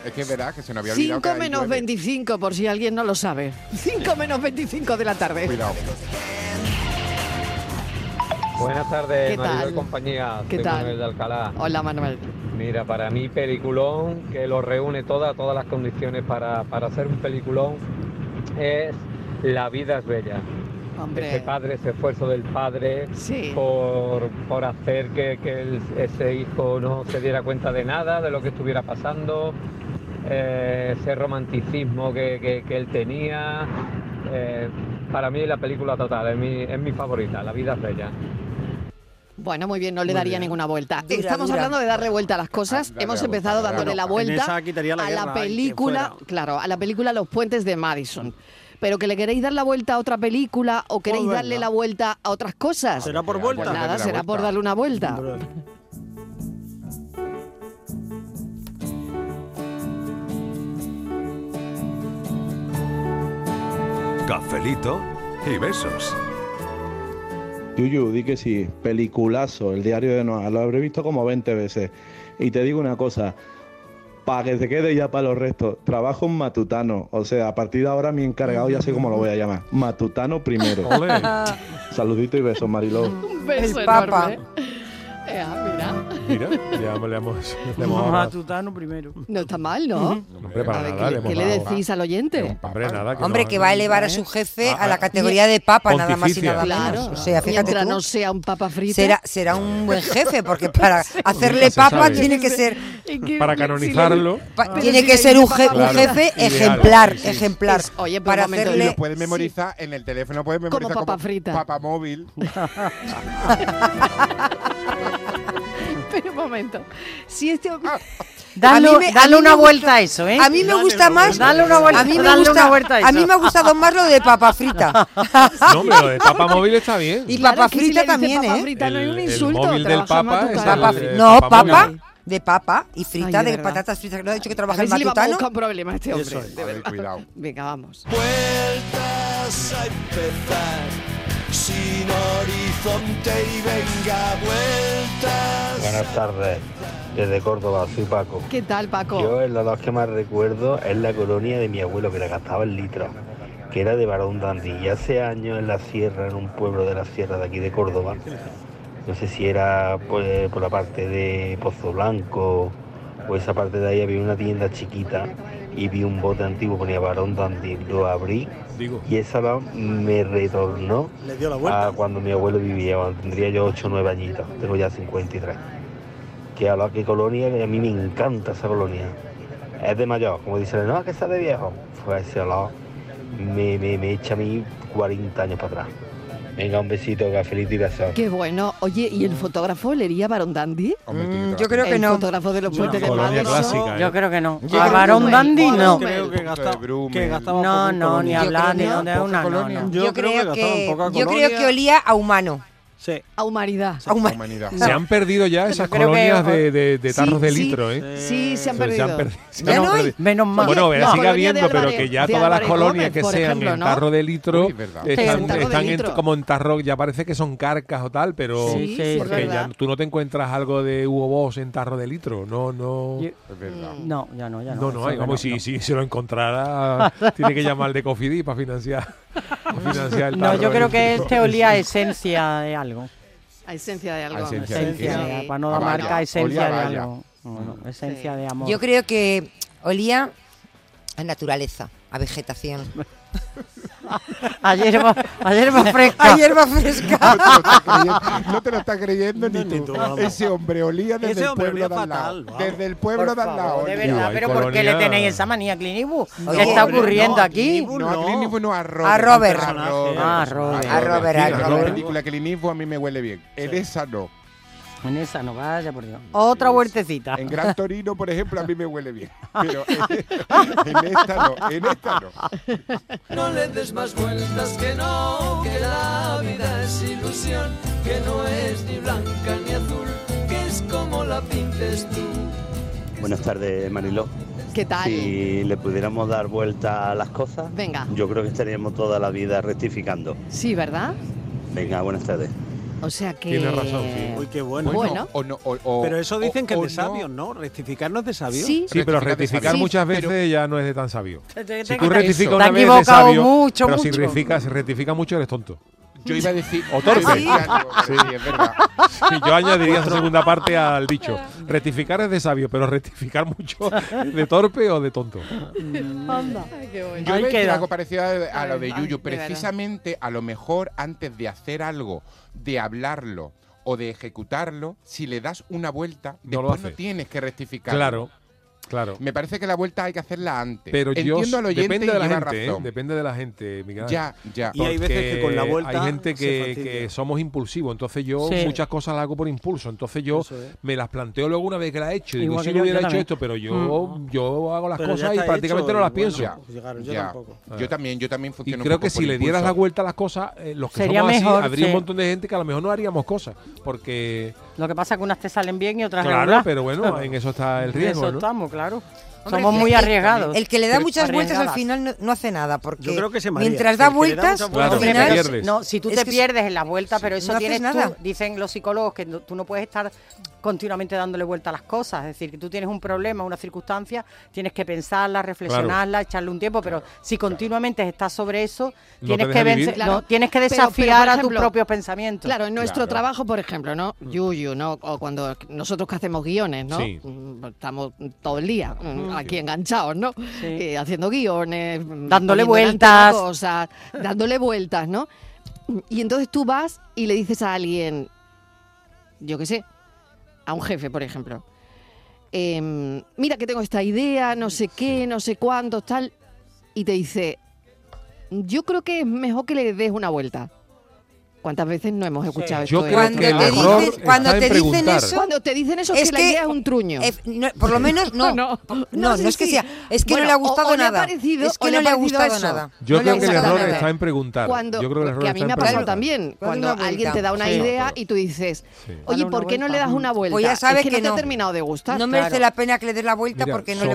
F: Es que es verdad que se nos había
A: 5
F: olvidado. que ahí
A: menos
F: llueve.
A: 25, por si alguien no lo sabe. 5 menos 25 de la tarde.
F: Cuidado.
T: Buenas
A: ¿Qué
T: tardes,
A: tal?
T: Maribel Compañía.
A: ¿Qué
T: soy
A: tal?
T: Manuel de Alcalá.
A: Hola, Manuel.
T: Mira, para mí, peliculón que lo reúne todas, todas las condiciones para, para hacer un peliculón es La vida es bella.
A: oh, Hombre.
T: Ese padre, ese esfuerzo del padre por, por hacer que, que el- ese hijo no se diera cuenta de nada, de lo que estuviera pasando, eh, ese romanticismo que, que- que él tenía. eh, para mí la película total, es mi, es mi favorita, La vida es bella.
A: Bueno, muy bien, no le daría ninguna vuelta.
T: Dura,
A: Estamos
T: dura.
A: hablando de darle vuelta a las cosas.
T: dale
A: Hemos
T: la vuelta,
A: empezado
T: dale la
A: dándole la
T: vuelta. En
A: vuelta
T: esa quitaría la
A: a
T: guerra,
A: la
T: ay, que
A: película, claro, a la película Los puentes de Madison. Pero que le queréis dar la vuelta a otra película o queréis
G: venga.
A: darle la vuelta a otras cosas.
G: ¿Será por vuelta?
A: Pues nada,
G: Dale la
A: será por
G: vuelta.
A: darle una vuelta.
Q: Cafelito y besos.
U: Yuyu, di que sí, peliculazo, el diario de Noah, lo habré visto como 20 veces. Y te digo una cosa, para que se quede ya para los restos, trabajo un matutano, o sea, a partir de ahora mi encargado ya sé cómo lo voy a llamar, matutano primero.
I: Ole.
U: Saludito y besos, Mariló.
A: Un beso
G: El
A: enorme.
G: Papa.
A: Eh, ah, mira.
I: Mira, ya le hemos. Le hemos
G: Vamos a
I: ahorrado.
G: Tutano primero.
A: No está mal, ¿no?
I: Hombre, para
A: A ver,
I: nada,
A: ¿qué-
I: le hemos
A: ¿Qué le
I: dado-
A: decís al oyente?
I: Hombre, nada, que
J: Hombre,
I: no-
J: que va a elevar a su jefe a la categoría de papa, nada más y
I: Pontificia.
J: nada menos.
A: Claro.
J: O sea, fíjate
A: Mientras
J: tú.
A: no sea un papa frito.
J: Será, será un buen jefe, porque para hacerle
I: Pues se
J: papa
I: sabe.
J: tiene que ser.
I: Para canonizarlo.
J: Pa- tiene que ser un, je- un
I: Claro,
J: jefe
I: ideal,
J: ejemplar,
I: sí, sí.
J: ejemplar.
A: oye,
J: para
F: Y
J: hacerle.
F: lo puedes memorizar en el teléfono, puedes memorizar como papa frita. Papa móvil.
A: Pero un momento. Si este
O: Dale,
J: Ah. A mí me- a mí
O: dale
J: me
O: una
J: gusta-
O: vuelta a eso, ¿eh?
J: A mí me gusta más.
O: Dale una vuelta.
J: a mí me
O: dale
J: gusta-
O: una vuelta
J: a mí me ha gustado más lo de papa frita.
I: No, pero lo de papa móvil está bien.
J: Y
A: Claro,
J: papa
A: es que si
J: frita
A: le dice
J: también,
A: papa
J: ¿eh?
A: frita, no hay un
I: el
A: insulto.
I: móvil del
A: trabaja
I: papa
A: matutano.
I: es
J: Papa
I: el-
J: fri-
I: el
J: no,
I: papa
J: papa.
I: móvil.
J: De papa y frita
A: Ay, de
J: de
A: verdad.
J: patatas fritas. ¿No ha dicho que
A: A
J: trabaja
A: ver
J: el
A: si le vamos a
J: matutano?
A: buscar un problema a este hombre.
F: Eso es.
A: de
F: A ver,
A: verdad.
F: cuidado.
A: Venga, vamos.
V: Vueltas a empezar sin horizonte y venga vueltas.
W: Buenas tardes, desde Córdoba, soy Paco.
A: ¿Qué tal, Paco?
W: Yo el olor que más recuerdo es la colonia de mi abuelo que la gastaba en litros, que era de varón dandy. Y hace años en la sierra, en un pueblo de la sierra de aquí de Córdoba, no sé si era pues, por la parte de Pozo Blanco o esa parte de ahí, había una tienda chiquita y vi un bote antiguo, ponía varón dandy, lo abrí
I: Digo.
W: y esa olor me retornó
G: Le dio la
W: a cuando mi abuelo vivía, cuando tendría yo 8 o 9 añitos, tengo ya 53. Que a la que colonia, que a mí me encanta esa colonia. Es de mayor, como dicen, no, que sea de viejo. Pues ese olor me, me, me echa a mí 40 años para atrás. Venga, un besito, cafelito y besos.
A: Qué bueno. Oye, ¿y el fotógrafo lería Barón Dandy?
J: Mm,
W: yo creo que
A: El
W: no.
A: fotógrafo de los puentes de
I: Colonia
A: Madison.
I: clásica, ¿eh?
O: Yo creo que no.
A: Yo
O: A
A: creo que
O: Barón
A: no,
O: Dandy
A: eh.
O: no.
G: Creo que gastaba, que gastaba
O: No,
G: poco en
O: no, ni
G: colonia.
O: hablar, ni
G: Yo creo que
O: donde
G: no,
O: una.
G: poca
O: No,
G: colonia.
O: no.
G: Yo creo que gastaban poca
J: yo
G: colonia.
J: creo que olía a humano.
G: Sí.
A: A humanidad.
J: A huma-
I: Se han perdido ya esas
J: creo que-
I: colonias de, de- de
A: Sí,
I: tarros de
A: sí.
I: litro, ¿eh?
A: Sí, se han
I: Se- se han
A: perdido.
I: perdido. se
A: Ya
I: han
A: no hay.
I: perdido.
A: Menos mal.
I: Bueno,
A: Oye,
I: verá,
A: la
I: sigue
A: colonia
I: habiendo,
A: de
I: pero
A: Álvarez-
I: que ya
A: de
I: todas las
A: Álvarez
I: colonias
A: Gómez,
I: que
A: por
I: sean
A: ejemplo,
I: en
A: ¿no?
I: tarro de litro
A: Uy, verdad. Sí,
I: están,
A: en tarro de
I: están en-
A: litro.
I: como en tarro, ya parece que son carcas o tal, pero
A: Sí, sí, es
I: porque ya
A: verdad.
I: tú no te encuentras algo de Hugo Boss en tarro de litro, no, no.
A: Mm,
O: No, ya no, ya no.
I: No, no, hay,
O: Eso
I: vamos,
O: no,
I: si, si se lo encontrara, tiene que llamar al de Cofidis para financiar, para financiar el
O: No,
I: tarro.
O: yo creo que
I: eléctrico.
O: este olía a esencia de algo.
A: A esencia de algo.
I: A esencia Ah,
O: Esencia, de- para no dar marca, esencia de algo. Bueno, esencia de amor.
J: Yo creo que olía a naturaleza, a vegetación.
O: A hierba- a hierba fresca.
J: A hierba fresca.
F: No te lo estás creyendo ni tú. Ese hombre olía desde
O: Ese
F: el
O: hombre
F: pueblo
O: olía
F: de al lado.
O: fatal, vamos.
F: Desde el pueblo de al lado.
O: de
F: olía.
O: verdad, pero ¿por qué le tenéis esa manía a Clint Eastwood?
F: No,
O: ¿Qué está
F: hombre,
O: ocurriendo
F: no, a
O: aquí?
F: Clint Eastwood no, a Clint Eastwood no, a Robert.
O: A Robert.
F: A Robert.
O: Ah, a Robert.
F: A Robert.
O: A
F: Sí, la
O: Robert.
F: película que a mí me huele bien. En esa no.
O: En esa no vaya, por Dios. Otra vueltecita.
F: En Gran Torino, por ejemplo, a mí me huele bien. Pero eh, en esta no, en esta no.
R: No le des más vueltas que no, que la vida es ilusión, que no es ni blanca ni azul, que es como la pintes tú.
X: Buenas tardes, Mariló.
A: ¿Qué tal?
X: Si le pudiéramos dar vuelta a las cosas,
A: Venga.
X: yo creo que estaríamos toda la vida rectificando.
A: Sí, ¿verdad?
X: Venga, buenas tardes.
A: O sea que.
I: Tiene razón, sí.
G: Uy, qué bueno.
A: Bueno.
F: O no, o- o-
G: pero eso dicen que
F: o-
G: es de
F: o no.
G: sabios, ¿no? Rectificarnos de sabios.
A: Sí.
I: Sí, pero rectificar muchas veces
G: Pero-
I: ya no es de tan sabio.
G: Te- te-
I: Si
G: te-
I: tú
G: te-
I: rectificas
G: eso.
I: una
G: Te has
I: vez de
G: equivocado
I: sabio,
G: mucho,
I: pero si
G: mucho.
I: rectificas, si rectificas mucho eres tonto.
F: Yo iba a decir.
I: O torpe.
F: Sí, claro, sí, es verdad.
I: Sí, yo añadiría esa segunda parte al dicho. Rectificar es de sabio, pero rectificar mucho es de torpe o de tonto.
F: Yo voy a decir algo parecido a, a lo de Yuyu. Precisamente, a lo mejor antes de hacer algo, de hablarlo o de ejecutarlo, si le das una vuelta,
I: No lo
F: después no
I: hace.
F: tienes que rectificar.
I: Claro, claro.
F: Me parece que la vuelta hay que hacerla antes.
I: Pero yo
F: Entiendo al oyente
I: depende de
F: y
I: la
F: lleva
I: gente, ¿eh?
F: razón.
I: depende de la gente, Miguel. Ángel.
F: Ya, ya.
G: Y hay veces que
I: Porque
G: con la vuelta
I: hay gente
G: se
I: que,
G: fastidia.
I: que somos impulsivos, entonces yo
G: Sí.
I: muchas cosas las hago por impulso, entonces yo
G: Eso es.
I: me las planteo luego una vez que la he hecho, digo,
G: Igual
I: si
G: que
I: yo
G: yo-
I: hubiera
G: yo
I: hecho
G: también. Mm.
I: esto, pero yo, yo hago las
G: Pero ya
I: cosas y
G: está
I: prácticamente
G: hecho
I: no las
G: y pues
I: pienso. Ah.
F: Ya,
G: llegaron, yo
F: ya.
G: tampoco.
F: Yo también, yo también
I: Y
F: funciono
I: creo
F: un poco
I: que si
F: por
I: le dieras
F: impulso.
I: la vuelta a las cosas, eh, los que
O: Sería
I: somos
O: mejor,
I: así, habría
O: sí.
I: un montón de gente que a lo mejor no haríamos cosas, porque
O: Lo que pasa es que unas te salen bien y otras regular.
I: claro, pero bueno, en eso está el
O: En
I: riesgo,
O: eso
I: ¿no?
O: estamos, claro.
J: Hombre,
O: Somos
J: el-
O: muy
J: el-
O: arriesgados.
J: El que le da
O: Pero-
J: muchas vueltas al
O: arriesgadas.
J: final no, no hace nada, porque
O: Yo creo que se maría.
J: mientras
O: El
J: da
O: que le da
J: vueltas,
O: muchas vueltas,
J: al
O: Claro,
J: final-
I: te pierdes.
O: No, si tú
J: Es
O: te
J: que-
O: pierdes en la vuelta, pero eso
J: no
O: tienes
J: haces nada.
O: tú, dicen los psicólogos que no- tú no puedes estar continuamente dándole vuelta a las cosas, es decir, que tú tienes un problema, una circunstancia, tienes que pensarla, reflexionarla, echarle un tiempo, pero si continuamente estás sobre eso,
A: No
O: tienes
A: te
O: que
A: deja
O: vencer-
A: vivir. Claro.
O: no, tienes que
A: Pero- pero,
O: desafiar
A: por
O: a tus
A: ejemplo,
O: propios pensamientos.
A: Claro, en nuestro
O: Claro.
A: trabajo, por ejemplo, ¿no? Yuyu, ¿no? O cuando nosotros que hacemos guiones, ¿no?
O: Sí.
A: Mm, Estamos todo el día
O: Ah,
A: mm, aquí enganchados, ¿no? Eh, haciendo guiones, mm,
O: Dándole
A: poniendo delante
O: vueltas.
A: una cosa, dándole vueltas, ¿no? Y entonces tú vas y le dices a alguien, yo qué sé, a un jefe, por ejemplo, em, mira que tengo esta idea, no sé qué, no sé cuánto, tal, y te dice, yo creo que es mejor que le des una vuelta. ¿Cuántas veces no hemos escuchado
I: Yo
A: esto?
I: creo Cuando que el te error dicen- está cuando en te dicen preguntar. eso-
A: cuando te dicen eso, es que, la idea es un truño.
J: eh, no, por lo menos no. no, no,
A: sí,
J: es que
A: sí.
J: sea. Es que
A: Bueno,
J: no le ha
A: o-
J: gustado
A: o le ha
J: nada.
A: parecido-
J: es
A: o
J: que
A: le
J: no
A: ha
J: le ha
A: parecido
J: gustado
A: eso.
J: nada.
I: Yo
J: No le ha
I: creo que el
J: gustado
I: error
J: nada.
I: está en preguntar.
A: Cuando-
I: Yo creo que el error
A: que a
I: está
A: mí
I: en
A: me ha pasado
I: preguntar.
A: también, cuando
J: una vuelta.
A: alguien te da una
J: Sí.
A: idea y tú dices, oye, ¿por qué no le das una vuelta?
J: Pues ya sabes
A: es que,
J: que
A: no
J: no.
A: te ha terminado de gustar.
J: No merece la pena que le des la vuelta
I: Mira,
J: porque no le va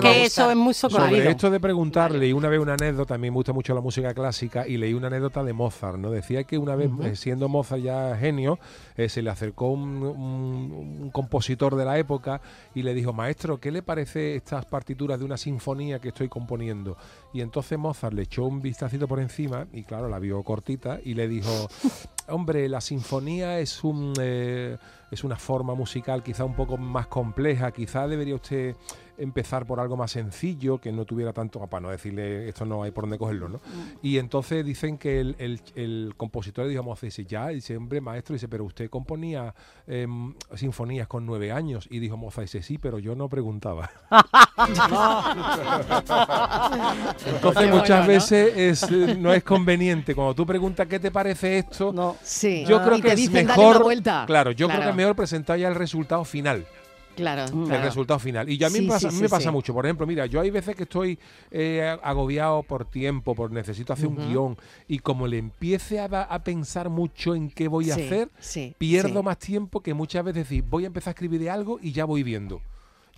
J: a
I: sobre-
J: gustar.
I: Sobre esto de preguntarle, y una vez una anécdota, a mí me gusta mucho la música clásica, y leí una anécdota de Mozart, ¿no? Decía que una vez,
B: Ujú.
I: eh, siendo Mozart ya genio, eh, se le acercó un, un- un compositor de la época y le dijo, maestro, ¿qué le parece estas partituras de una sinfonía que estoy componiendo? Y entonces Mozart le echó un vistacito por encima, y claro, la vio cortita, y le dijo... Hombre, la sinfonía es un eh, es una forma musical quizá un poco más compleja. Quizá debería usted empezar por algo más sencillo, que no tuviera tanto, ah, para no decirle esto no hay por dónde cogerlo, ¿no? Y entonces dicen que el, el- el compositor, digamos, dice, ya, dice, hombre, maestro, dice, pero usted componía em, sinfonías con nueve años. Y dijo Mozart, dice, sí, pero yo no preguntaba. Entonces
B: Qué
I: muchas
B: bueno, ¿no?
I: veces es, eh, no es conveniente. Cuando tú preguntas qué te parece esto,
A: Sí.
I: yo
A: Ah.
I: creo
A: Y
I: que
A: te
I: es
A: dicen, "Dale
I: mejor.
A: una vuelta".
I: Claro, yo
A: Claro.
I: creo que es mejor presentar ya el resultado final.
A: Claro,
I: El
A: claro.
I: resultado final. Y yo a mí
A: Sí,
I: me pasa,
A: sí,
I: a mí
A: sí,
I: me pasa
A: sí.
I: mucho. Por ejemplo, mira, yo hay veces que estoy eh, agobiado por tiempo, por necesito hacer
A: Ujú.
I: un guión. Y como le empiece a, va- a pensar mucho en qué voy a
A: Sí,
I: hacer,
A: sí,
I: pierdo
A: sí.
I: más tiempo que muchas veces decir, voy a empezar a escribir de algo y ya voy viendo.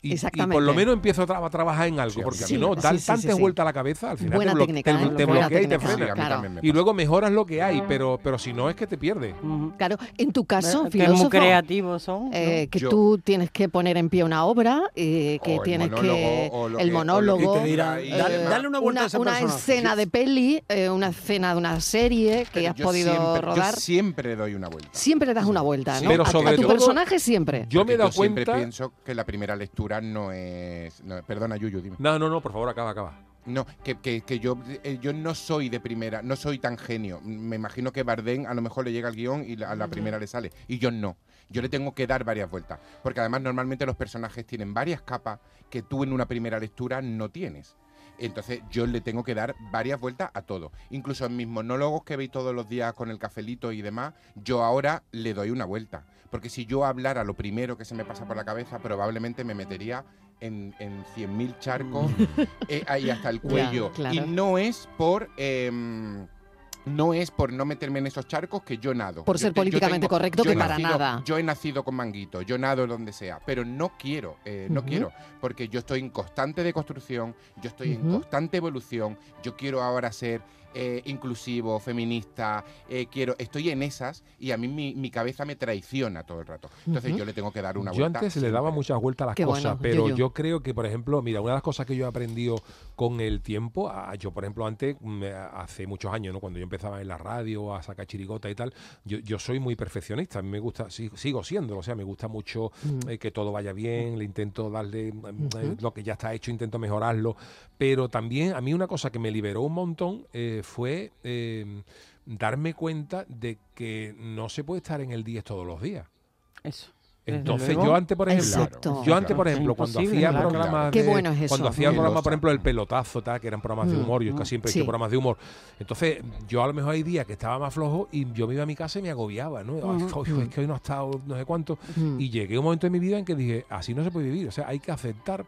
I: Y, y por
A: Exactamente.
I: lo menos empiezo a, tra- a trabajar en algo, porque
A: sí,
I: si no,
A: sí,
I: dar
A: sí, sí,
I: tantas
A: sí.
I: vueltas a la cabeza, al final
A: Buena
I: te, blo-
A: técnica,
I: te-
A: ¿eh?
I: te
A: Buena
I: bloquea y te
A: técnica, claro.
I: frena.
A: Sí, a mí también me
I: Y luego mejoras lo que hay, pero, pero si no es que te pierdes.
A: Claro, en tu caso,
O: Ve- que muy
A: filósofo,
O: creativos son, ¿no?
A: eh, que
I: Yo-
A: tú tienes que poner en pie una obra, eh, que
I: O el
A: tienes que
I: monólogo, o lo
A: el
I: que- o lo que
A: monólogo, eh,
I: te dirán, Y dale- demás. dale una vuelta a ese
A: una
I: personaje.
A: escena de peli, eh, una escena de una serie que has
F: Yo
A: podido
F: siempre, yo
A: rodar,
F: siempre doy una vuelta.
A: siempre le das una vuelta,
I: Sí,
A: ¿no?
I: pero
A: A- a,
I: sobre
A: tu
I: todo-
A: personaje siempre.
I: Yo me he
F: Porque
I: dado
F: siempre
I: cuenta-
F: pienso que la primera lectura no es. no- perdona, Yuyu, dime.
I: No, no, no, por favor, acaba, acaba.
F: No, que, que- que yo, eh, yo no soy de primera, no soy tan genio. Me imagino que Bardem a lo mejor le llega el guión y la- a la primera le sale. Y yo no. Yo le tengo que dar varias vueltas. Porque además normalmente los personajes tienen varias capas que tú en una primera lectura no tienes. Entonces yo le tengo que dar varias vueltas a todo. Incluso en mis monólogos que veis todos los días con el cafelito y demás, yo ahora le doy una vuelta. Porque si yo hablara lo primero que se me pasa por la cabeza, probablemente me metería en, en 100.000 charcos eh, ahí hasta el
I: Ya,
F: cuello.
I: claro.
F: Y no es por... em, no es por no meterme en esos charcos que yo nado.
A: Por ser
F: Yo te- yo
A: políticamente correcto,
F: yo he
A: que para
F: nacido-
A: nada.
F: Yo he nacido con manguito, yo nado donde sea, pero no quiero, eh, no
A: Ujú.
F: quiero, porque yo estoy en constante deconstrucción, yo estoy en
A: Ujú.
F: constante evolución, yo quiero ahora ser eh, inclusivo, feminista, eh, quiero, estoy en esas y a mí mi, mi cabeza me traiciona todo el rato. Entonces
I: Ujú.
F: yo le tengo que dar una
I: Yo
F: vuelta.
I: antes le daba muchas vueltas a las
F: Qué
I: cosas,
F: bueno,
I: pero
F: Yuyu.
I: yo creo que, por ejemplo, mira, una de las cosas que yo he aprendido con el tiempo, ah, yo, por ejemplo, antes, mm, eh, hace muchos años, ¿no? cuando yo empezaba en la radio a sacar chirigota y tal, yo, yo soy muy perfeccionista, a mí me gusta, si- sigo siendo, o sea, me gusta mucho
B: Mm.
I: eh, que todo vaya bien, le intento darle eh,
B: Ujú.
I: lo que ya está hecho, intento mejorarlo, pero también a mí una cosa que me liberó un montón eh, fue eh, darme cuenta de que no se puede estar en el 10 todos los días.
O: Eso.
B: Desde
I: Entonces
B: luego.
I: yo antes, por ejemplo,
B: Exacto.
I: yo antes, por
B: Claro.
I: ejemplo, cuando
B: Imposible,
I: hacía
B: claro.
I: programas
B: Qué
I: de-
B: bueno es eso.
I: cuando hacía
B: Mm.
I: programas, por ejemplo, el pelotazo, tal, que eran programas de
B: Mm,
I: humor, yo
B: mm.
I: casi siempre he
B: Sí.
I: hecho programas de humor. Entonces, yo a lo mejor hay días que estaba más flojo y yo me iba a mi casa y me agobiaba, ¿no? Ay,
B: Mm.
I: joder, es que hoy no ha estado no sé cuánto.
B: Mm.
I: Y llegué a un momento en mi vida en que dije, así no se puede vivir, o sea, hay que aceptar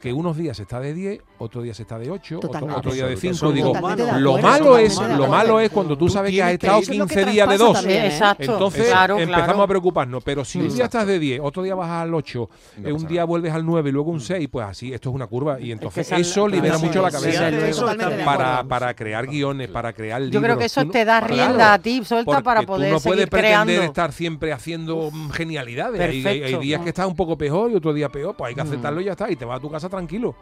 I: que unos días se está de 10, otros días se está de 8, otro,
B: Totalmente.
I: otro día de
B: Absolutamente.
I: 5. Digo,
B: Totalmente de
I: lo
B: acuerdo,
I: malo es
B: totalmente de
I: lo
B: acuerdo.
I: malo es cuando tú
B: Tú
I: sabes que has
B: tienes que
I: estado
B: ir- Eso es lo que
I: 15 días de
B: traspasa
I: 2.
B: también, ¿eh? Exacto,
I: Entonces
B: claro, claro.
I: empezamos a preocuparnos, pero si un día estás de 10, otro día bajas al 8, eh, un día vuelves al 9 y luego un 6, pues así, esto es una curva y entonces
O: esa Mm. es la-
I: eso libera
O: claro,
I: mucho la
O: sí,
I: cabeza
O: desde luego. Totalmente de
I: para,
O: acuerdo.
I: para crear guiones, para crear libros.
O: Yo creo que eso
I: Tú no-
O: te da
I: claro,
O: rienda a ti suelta
I: porque
O: para
I: tú
O: poder
I: no puedes
O: seguir
I: pretender
O: creando.
I: estar siempre haciendo mm, genialidades. Hay, hay- hay
O: perfecto.
I: días que estás un poco peor y otro día peor, pues hay
O: Mm.
I: que aceptarlo y ya está, y te vas a tu casa tranquilo.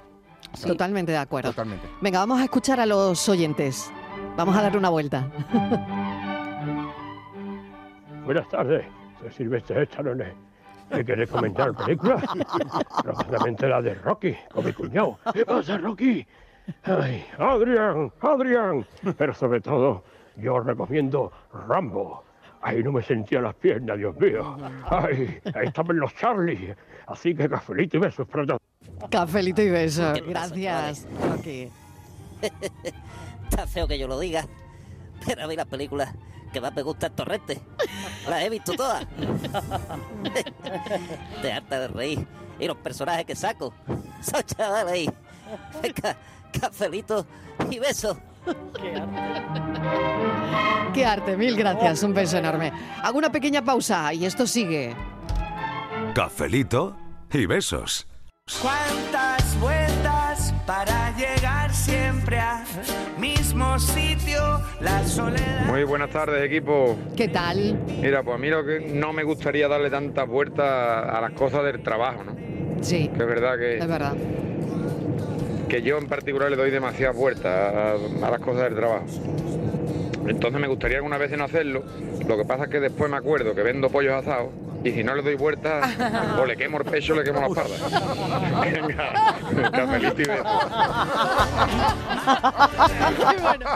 A: Totalmente de acuerdo.
F: Totalmente.
A: Venga, vamos a escuchar a los oyentes. Vamos a darle una vuelta.
C: Buenas tardes, soy Silvestre Stallone. ¿Me queréis comentar películas? Precisamente la de Rocky, con mi cuñado. ¿Qué pasa, Rocky? Ay, Adrián, Adrián. Pero sobre todo, yo recomiendo Rambo. Ahí no me sentía las piernas, Dios mío. Ay, ahí estaban los Charlie. Así que cafelito y besos para todos.
A: Cafelito y beso. Gracias, Rocky.
D: Está feo que yo lo diga, pero a mí las películas que más me gustan Torrente. Las he visto todas. De harta de reír. Y los personajes que saco. Son chavales ahí. Venga, cafelito y besos.
A: Qué arte, mil gracias. Un beso enorme. Hago una pequeña pausa y esto sigue.
Q: Cafelito y besos.
H: Cuántas vueltas para llegar siempre al mismo sitio, la soledad.
Y: Muy buenas tardes, equipo.
A: ¿Qué tal?
Y: Mira, pues a mí lo que no me gustaría darle tantas vueltas a las cosas del trabajo, ¿no?
A: Sí,
Y: Que es verdad que,
A: es verdad.
Y: que yo en particular le doy demasiadas vueltas a, a las cosas del trabajo. Entonces me gustaría algunas veces no hacerlo. Lo que pasa es que después me acuerdo que vendo pollos asados y si no le doy vueltas, o le quemo el pecho o le quemo la espalda. Venga, cafelito y besos.
A: Qué bueno.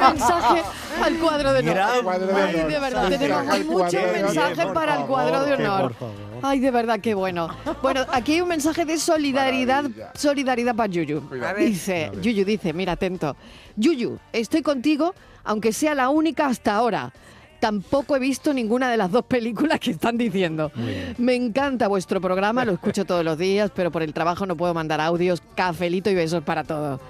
A: Mensaje al cuadro de honor.
G: Gran
A: Ay, de verdad,
G: mensaje
A: tenemos
G: al cuadro
A: muchos
G: de honor.
A: mensajes
G: Por
A: para el cuadro de
G: favor, que
A: honor.
G: por favor.
A: Ay, de verdad, qué bueno. Bueno, aquí hay un mensaje de solidaridad, solidaridad para Yuyu.
G: Cuidado. A ver.
A: Dice,
G: A ver.
A: Yuyu dice, mira, atento. Yuyu, estoy contigo, aunque sea la única hasta ahora. Tampoco he visto ninguna de las dos películas que están diciendo. Me encanta vuestro programa, lo escucho todos los días, pero por el trabajo no puedo mandar audios. Cafelito y besos para todos.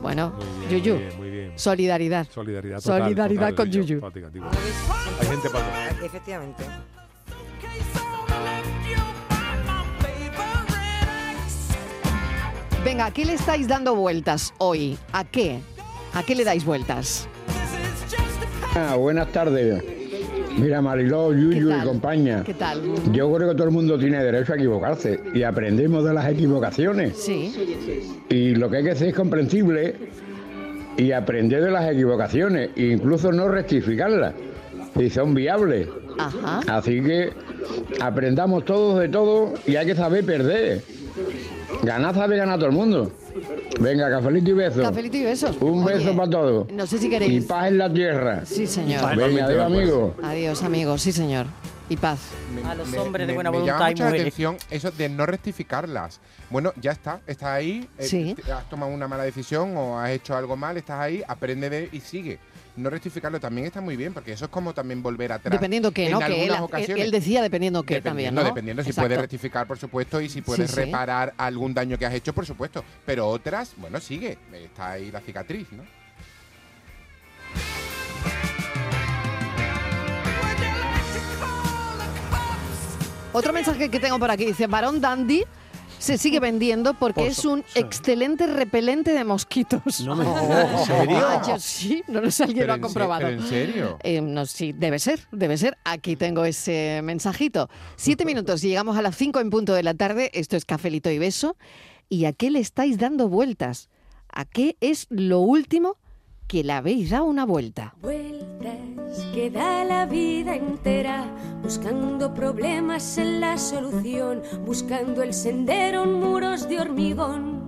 A: Bueno,
I: bien,
A: Yuyu,
I: muy bien, muy bien.
A: solidaridad.
I: Solidaridad total,
A: Solidaridad
I: total,
A: con
I: yo,
A: Yuyu.
I: prácticamente. Hay gente para todo.
J: Efectivamente.
A: Venga, ¿a qué le estáis dando vueltas hoy? ¿A qué? ¿A qué le dais vueltas?
Z: Ah, buenas tardes. Mira, Mariló, Yuyu y compañía.
A: ¿Qué tal?
Z: Yo creo que todo el mundo tiene derecho a equivocarse y aprendemos de las equivocaciones.
A: Sí.
Z: Y lo que hay que hacer es comprensible y aprender de las equivocaciones, e incluso no rectificarlas, si son viables.
A: Ajá.
Z: Así que aprendamos todos de todo y hay que saber perder. Ganar sabe ganar todo el mundo. Venga, cafelito y besos.
A: Cafelito y besos.
Z: Un
A: Oye,
Z: beso para todos.
A: No sé si
Z: Y
A: queréis.
Z: paz en la tierra.
A: Sí, señor.
Z: Venga, adiós,
A: pues.
F: pues.
Z: amigo.
A: Adiós, amigos. Sí, señor. Y paz.
O: A los
F: me-
O: hombres de
F: me-
O: buena
F: me
O: voluntad
F: llama
O: y
F: mucho la
O: mujeres.
F: atención eso de no rectificarlas. Bueno, ya está, estás ahí, eh,
A: Sí.
F: te- has tomado una mala decisión o has hecho algo mal, estás ahí, aprende de y sigue. No rectificarlo también está muy bien, porque eso es como también volver atrás.
A: Dependiendo que,
F: en
A: ¿no? Que él,
F: algunas ocasiones.
A: él decía dependiendo que también,
F: Dependiendo,
A: ¿no?
F: dependiendo si
A: Exacto.
F: puedes rectificar, por supuesto, y si puedes
A: sí.
F: reparar algún daño que has hecho, por supuesto. Pero otras, bueno, sigue, está ahí la cicatriz, ¿no?
A: Otro mensaje que tengo por aquí dice, varón dandy se sigue vendiendo porque
G: Por
A: es un excelente repelente de mosquitos.
G: No me- ¿En serio?
A: Ah, yo sí, no lo sé, alguien
F: Pero
A: lo ha
F: en se-
A: comprobado.
F: pero en serio.
A: Eh, no, sí, debe ser, debe ser. Aquí tengo ese mensajito. Siete minutos y llegamos a las cinco en punto de la tarde. Esto es Cafelito y Beso. ¿Y a qué le estáis dando vueltas? ¿A qué es lo último que le habéis dado una vuelta?
B: Vueltas que da la vida entera, buscando problemas en la solución, buscando el sendero en muros de hormigón.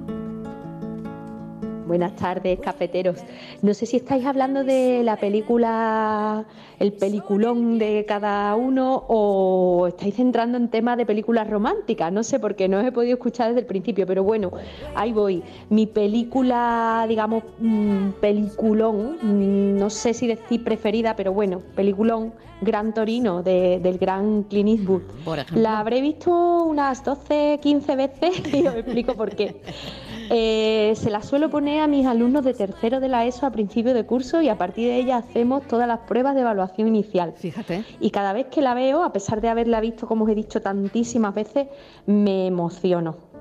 E: Ah, Buenas tardes, cafeteros. No sé si estáis hablando de la película, el peliculón de cada uno o estáis entrando en temas de películas románticas. No sé, porque no os he podido escuchar desde el principio, pero bueno, ahí voy. Mi película, digamos, mm, peliculón, mm, no sé si decir preferida, pero bueno, peliculón, Gran Torino, de- del gran Clint Eastwood. La habré visto unas 12, 15 veces y os explico por qué. Eh, se la suelo poner a mis alumnos de tercero de la ESO a principio de curso y a partir de ella hacemos todas las pruebas de evaluación inicial.
A: Fíjate.
E: Y cada vez que la veo, a pesar de haberla visto, como os he dicho tantísimas veces, me emociono.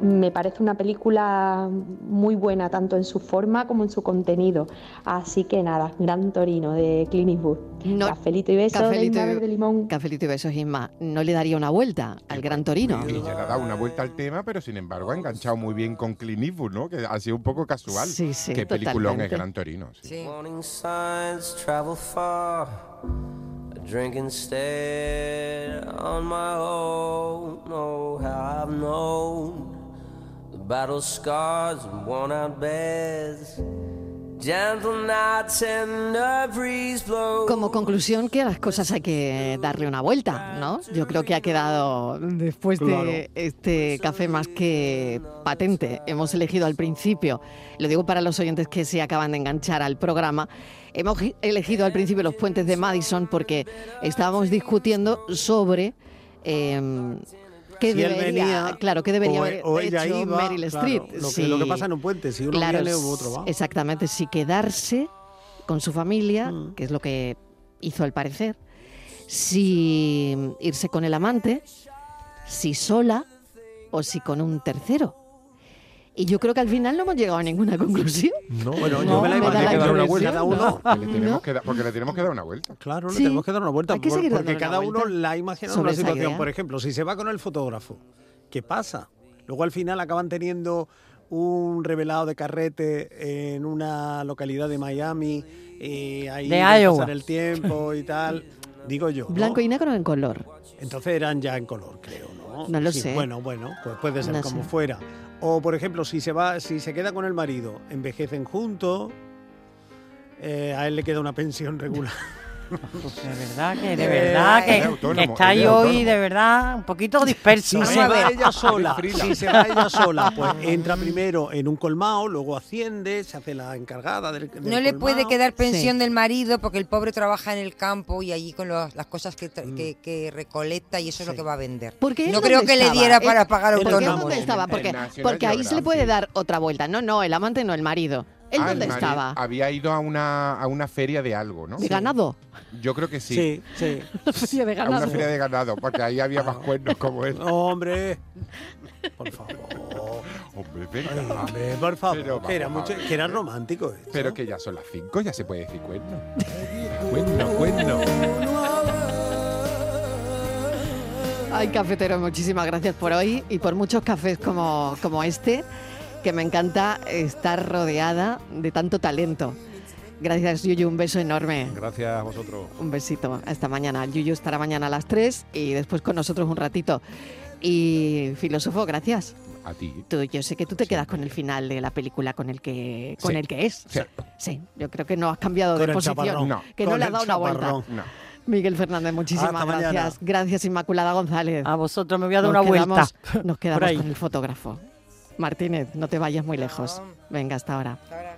E: Me parece una película muy buena, tanto en su forma como en su contenido. Así que nada, Gran Torino de Clint Eastwood. Cafelito y beso de Inma Verde
A: limón. Cafelito y besos, Isma. No le daría una vuelta al Gran Torino.
F: Y ya le ha dado una vuelta al tema, pero sin embargo ha enganchado muy bien con Clint Eastwood, ¿no? Que ha sido un poco casual.
A: Sí, sí,
F: Qué peliculón es
A: totalmente.
F: Gran Torino. sí.
R: Warning signs travel far. I drink instead on my own. Oh, how I've known the battle scars and worn out beds. Gentle nights and a breeze blows.
A: Como conclusión que a las cosas hay que darle una vuelta, ¿no? Yo creo que ha quedado después
K: Claro.
A: de este café más que patente. Hemos elegido al principio, lo digo para los oyentes que se acaban de enganchar al programa, hemos gi- elegido al principio los puentes de Madison porque estábamos discutiendo sobre eh, qué
G: Si él
A: debería,
G: venía,
A: claro, qué debería
G: o- e-
A: haber
G: o ella
A: hecho
G: iba,
A: Meryl
G: claro,
A: Streep.
G: lo que- lo que pasa en un puente, si uno viene u otro va.
A: Exactamente, si quedarse con su familia, que es lo que hizo al parecer, si irse con el amante, si sola o si con un tercero. Y yo creo que al final no hemos llegado a ninguna conclusión.
I: No,
G: bueno, yo me la
A: da
G: imaginé
A: la
G: que dar una
A: impresión,
G: vuelta cada uno.
A: ¿no?
F: Le tenemos
A: ¿No?
F: que dar- porque le tenemos que dar una vuelta.
G: Claro, le
A: Sí.
G: tenemos que dar una vuelta
A: Hay que
G: por-
A: seguir
G: porque
A: dándole una
G: cada uno
A: vuelta
G: la imagina
A: sobre
G: una
A: esa
G: situación.
A: idea.
G: Por ejemplo, si se va con el fotógrafo, que pasa? Luego al final acaban teniendo un revelado de carrete en una localidad de Miami y ahí
O: De
G: van a
O: Iowa.
G: pasar el tiempo y tal. Digo yo. ¿no?
A: Blanco y negro en color.
G: Entonces eran ya en color, creo, ¿no?
A: No lo
G: Sí,
A: sé.
G: Bueno, bueno, pues puede ser
A: No
G: como
A: sé.
G: fuera. O por ejemplo, si se va, si se queda con el marido, envejecen juntos. eh, a él le queda una pensión regular. Eh,
O: De verdad que, de verdad que, que está ahí hoy, de verdad, un poquito disperso.
G: Si
O: ¿eh?
G: se va ella sola, si se va ella sola, pues entra primero en un colmado, luego asciende, se hace la encargada del, del
J: No le
G: colmao.
J: puede quedar pensión del marido porque el pobre trabaja en el campo y allí con los- las cosas que, tra- que-
I: Mm.
J: que recolecta y eso es lo que va a vender.
A: Porque es
J: no
A: donde
J: creo que le
A: estaba.
J: diera
A: Es-
J: para pagar
A: ¿Por qué es
J: autónomo.
A: donde estaba? Porque,
F: El National
A: porque ahí se le
F: Geographic.
A: puede dar otra vuelta. No, no, el amante no, el marido. ¿Él
F: Ah, el
A: dónde
F: marido
A: estaba?
F: Había ido a una, a una feria de algo, ¿no?
A: ¿De ganado?
F: Yo creo que sí.
G: Sí, sí.
A: Feria de
F: A una
A: ganado.
F: feria de ganado, porque ahí había más cuernos como él.
G: Hombre. Por favor.
F: Hombre,
G: Ay,
F: venga.
G: hombre, por favor,
F: Pero
G: que, era
F: vamos a
G: mucho-
F: ver.
G: que era romántico esto.
F: Pero que ya son las 5, ya se puede decir cuerno. cuerno, cuerno.
A: Ay, cafetero, muchísimas gracias por hoy y por muchos cafés como, como este, que me encanta estar rodeada de tanto talento. Gracias, Yuyu, un beso enorme.
I: Gracias a vosotros.
A: Un besito, hasta mañana. Yuyu estará mañana a las 3 y después con nosotros un ratito. Y filósofo, gracias.
F: A ti.
A: Tú, yo sé que tú te quedas con el final de la película con el que con
F: Sí.
A: el que es.
F: Sí.
A: Sí, yo creo que no has cambiado de
F: Con el
A: posición,
F: chaparrón. No.
A: que no
F: Con
A: le has
F: el
A: dado una vuelta.
F: chaparrón. No.
A: Miguel Fernández, muchísimas
O: Hasta
A: gracias.
O: mañana.
A: Gracias Inmaculada González.
O: A vosotros me voy a dar
A: Nos
O: una
A: quedamos-
O: vuelta.
A: Nos
O: Por
A: quedamos
O: ahí.
A: con el fotógrafo. Martínez, no te vayas muy lejos. Venga, hasta ahora.
J: Ahora.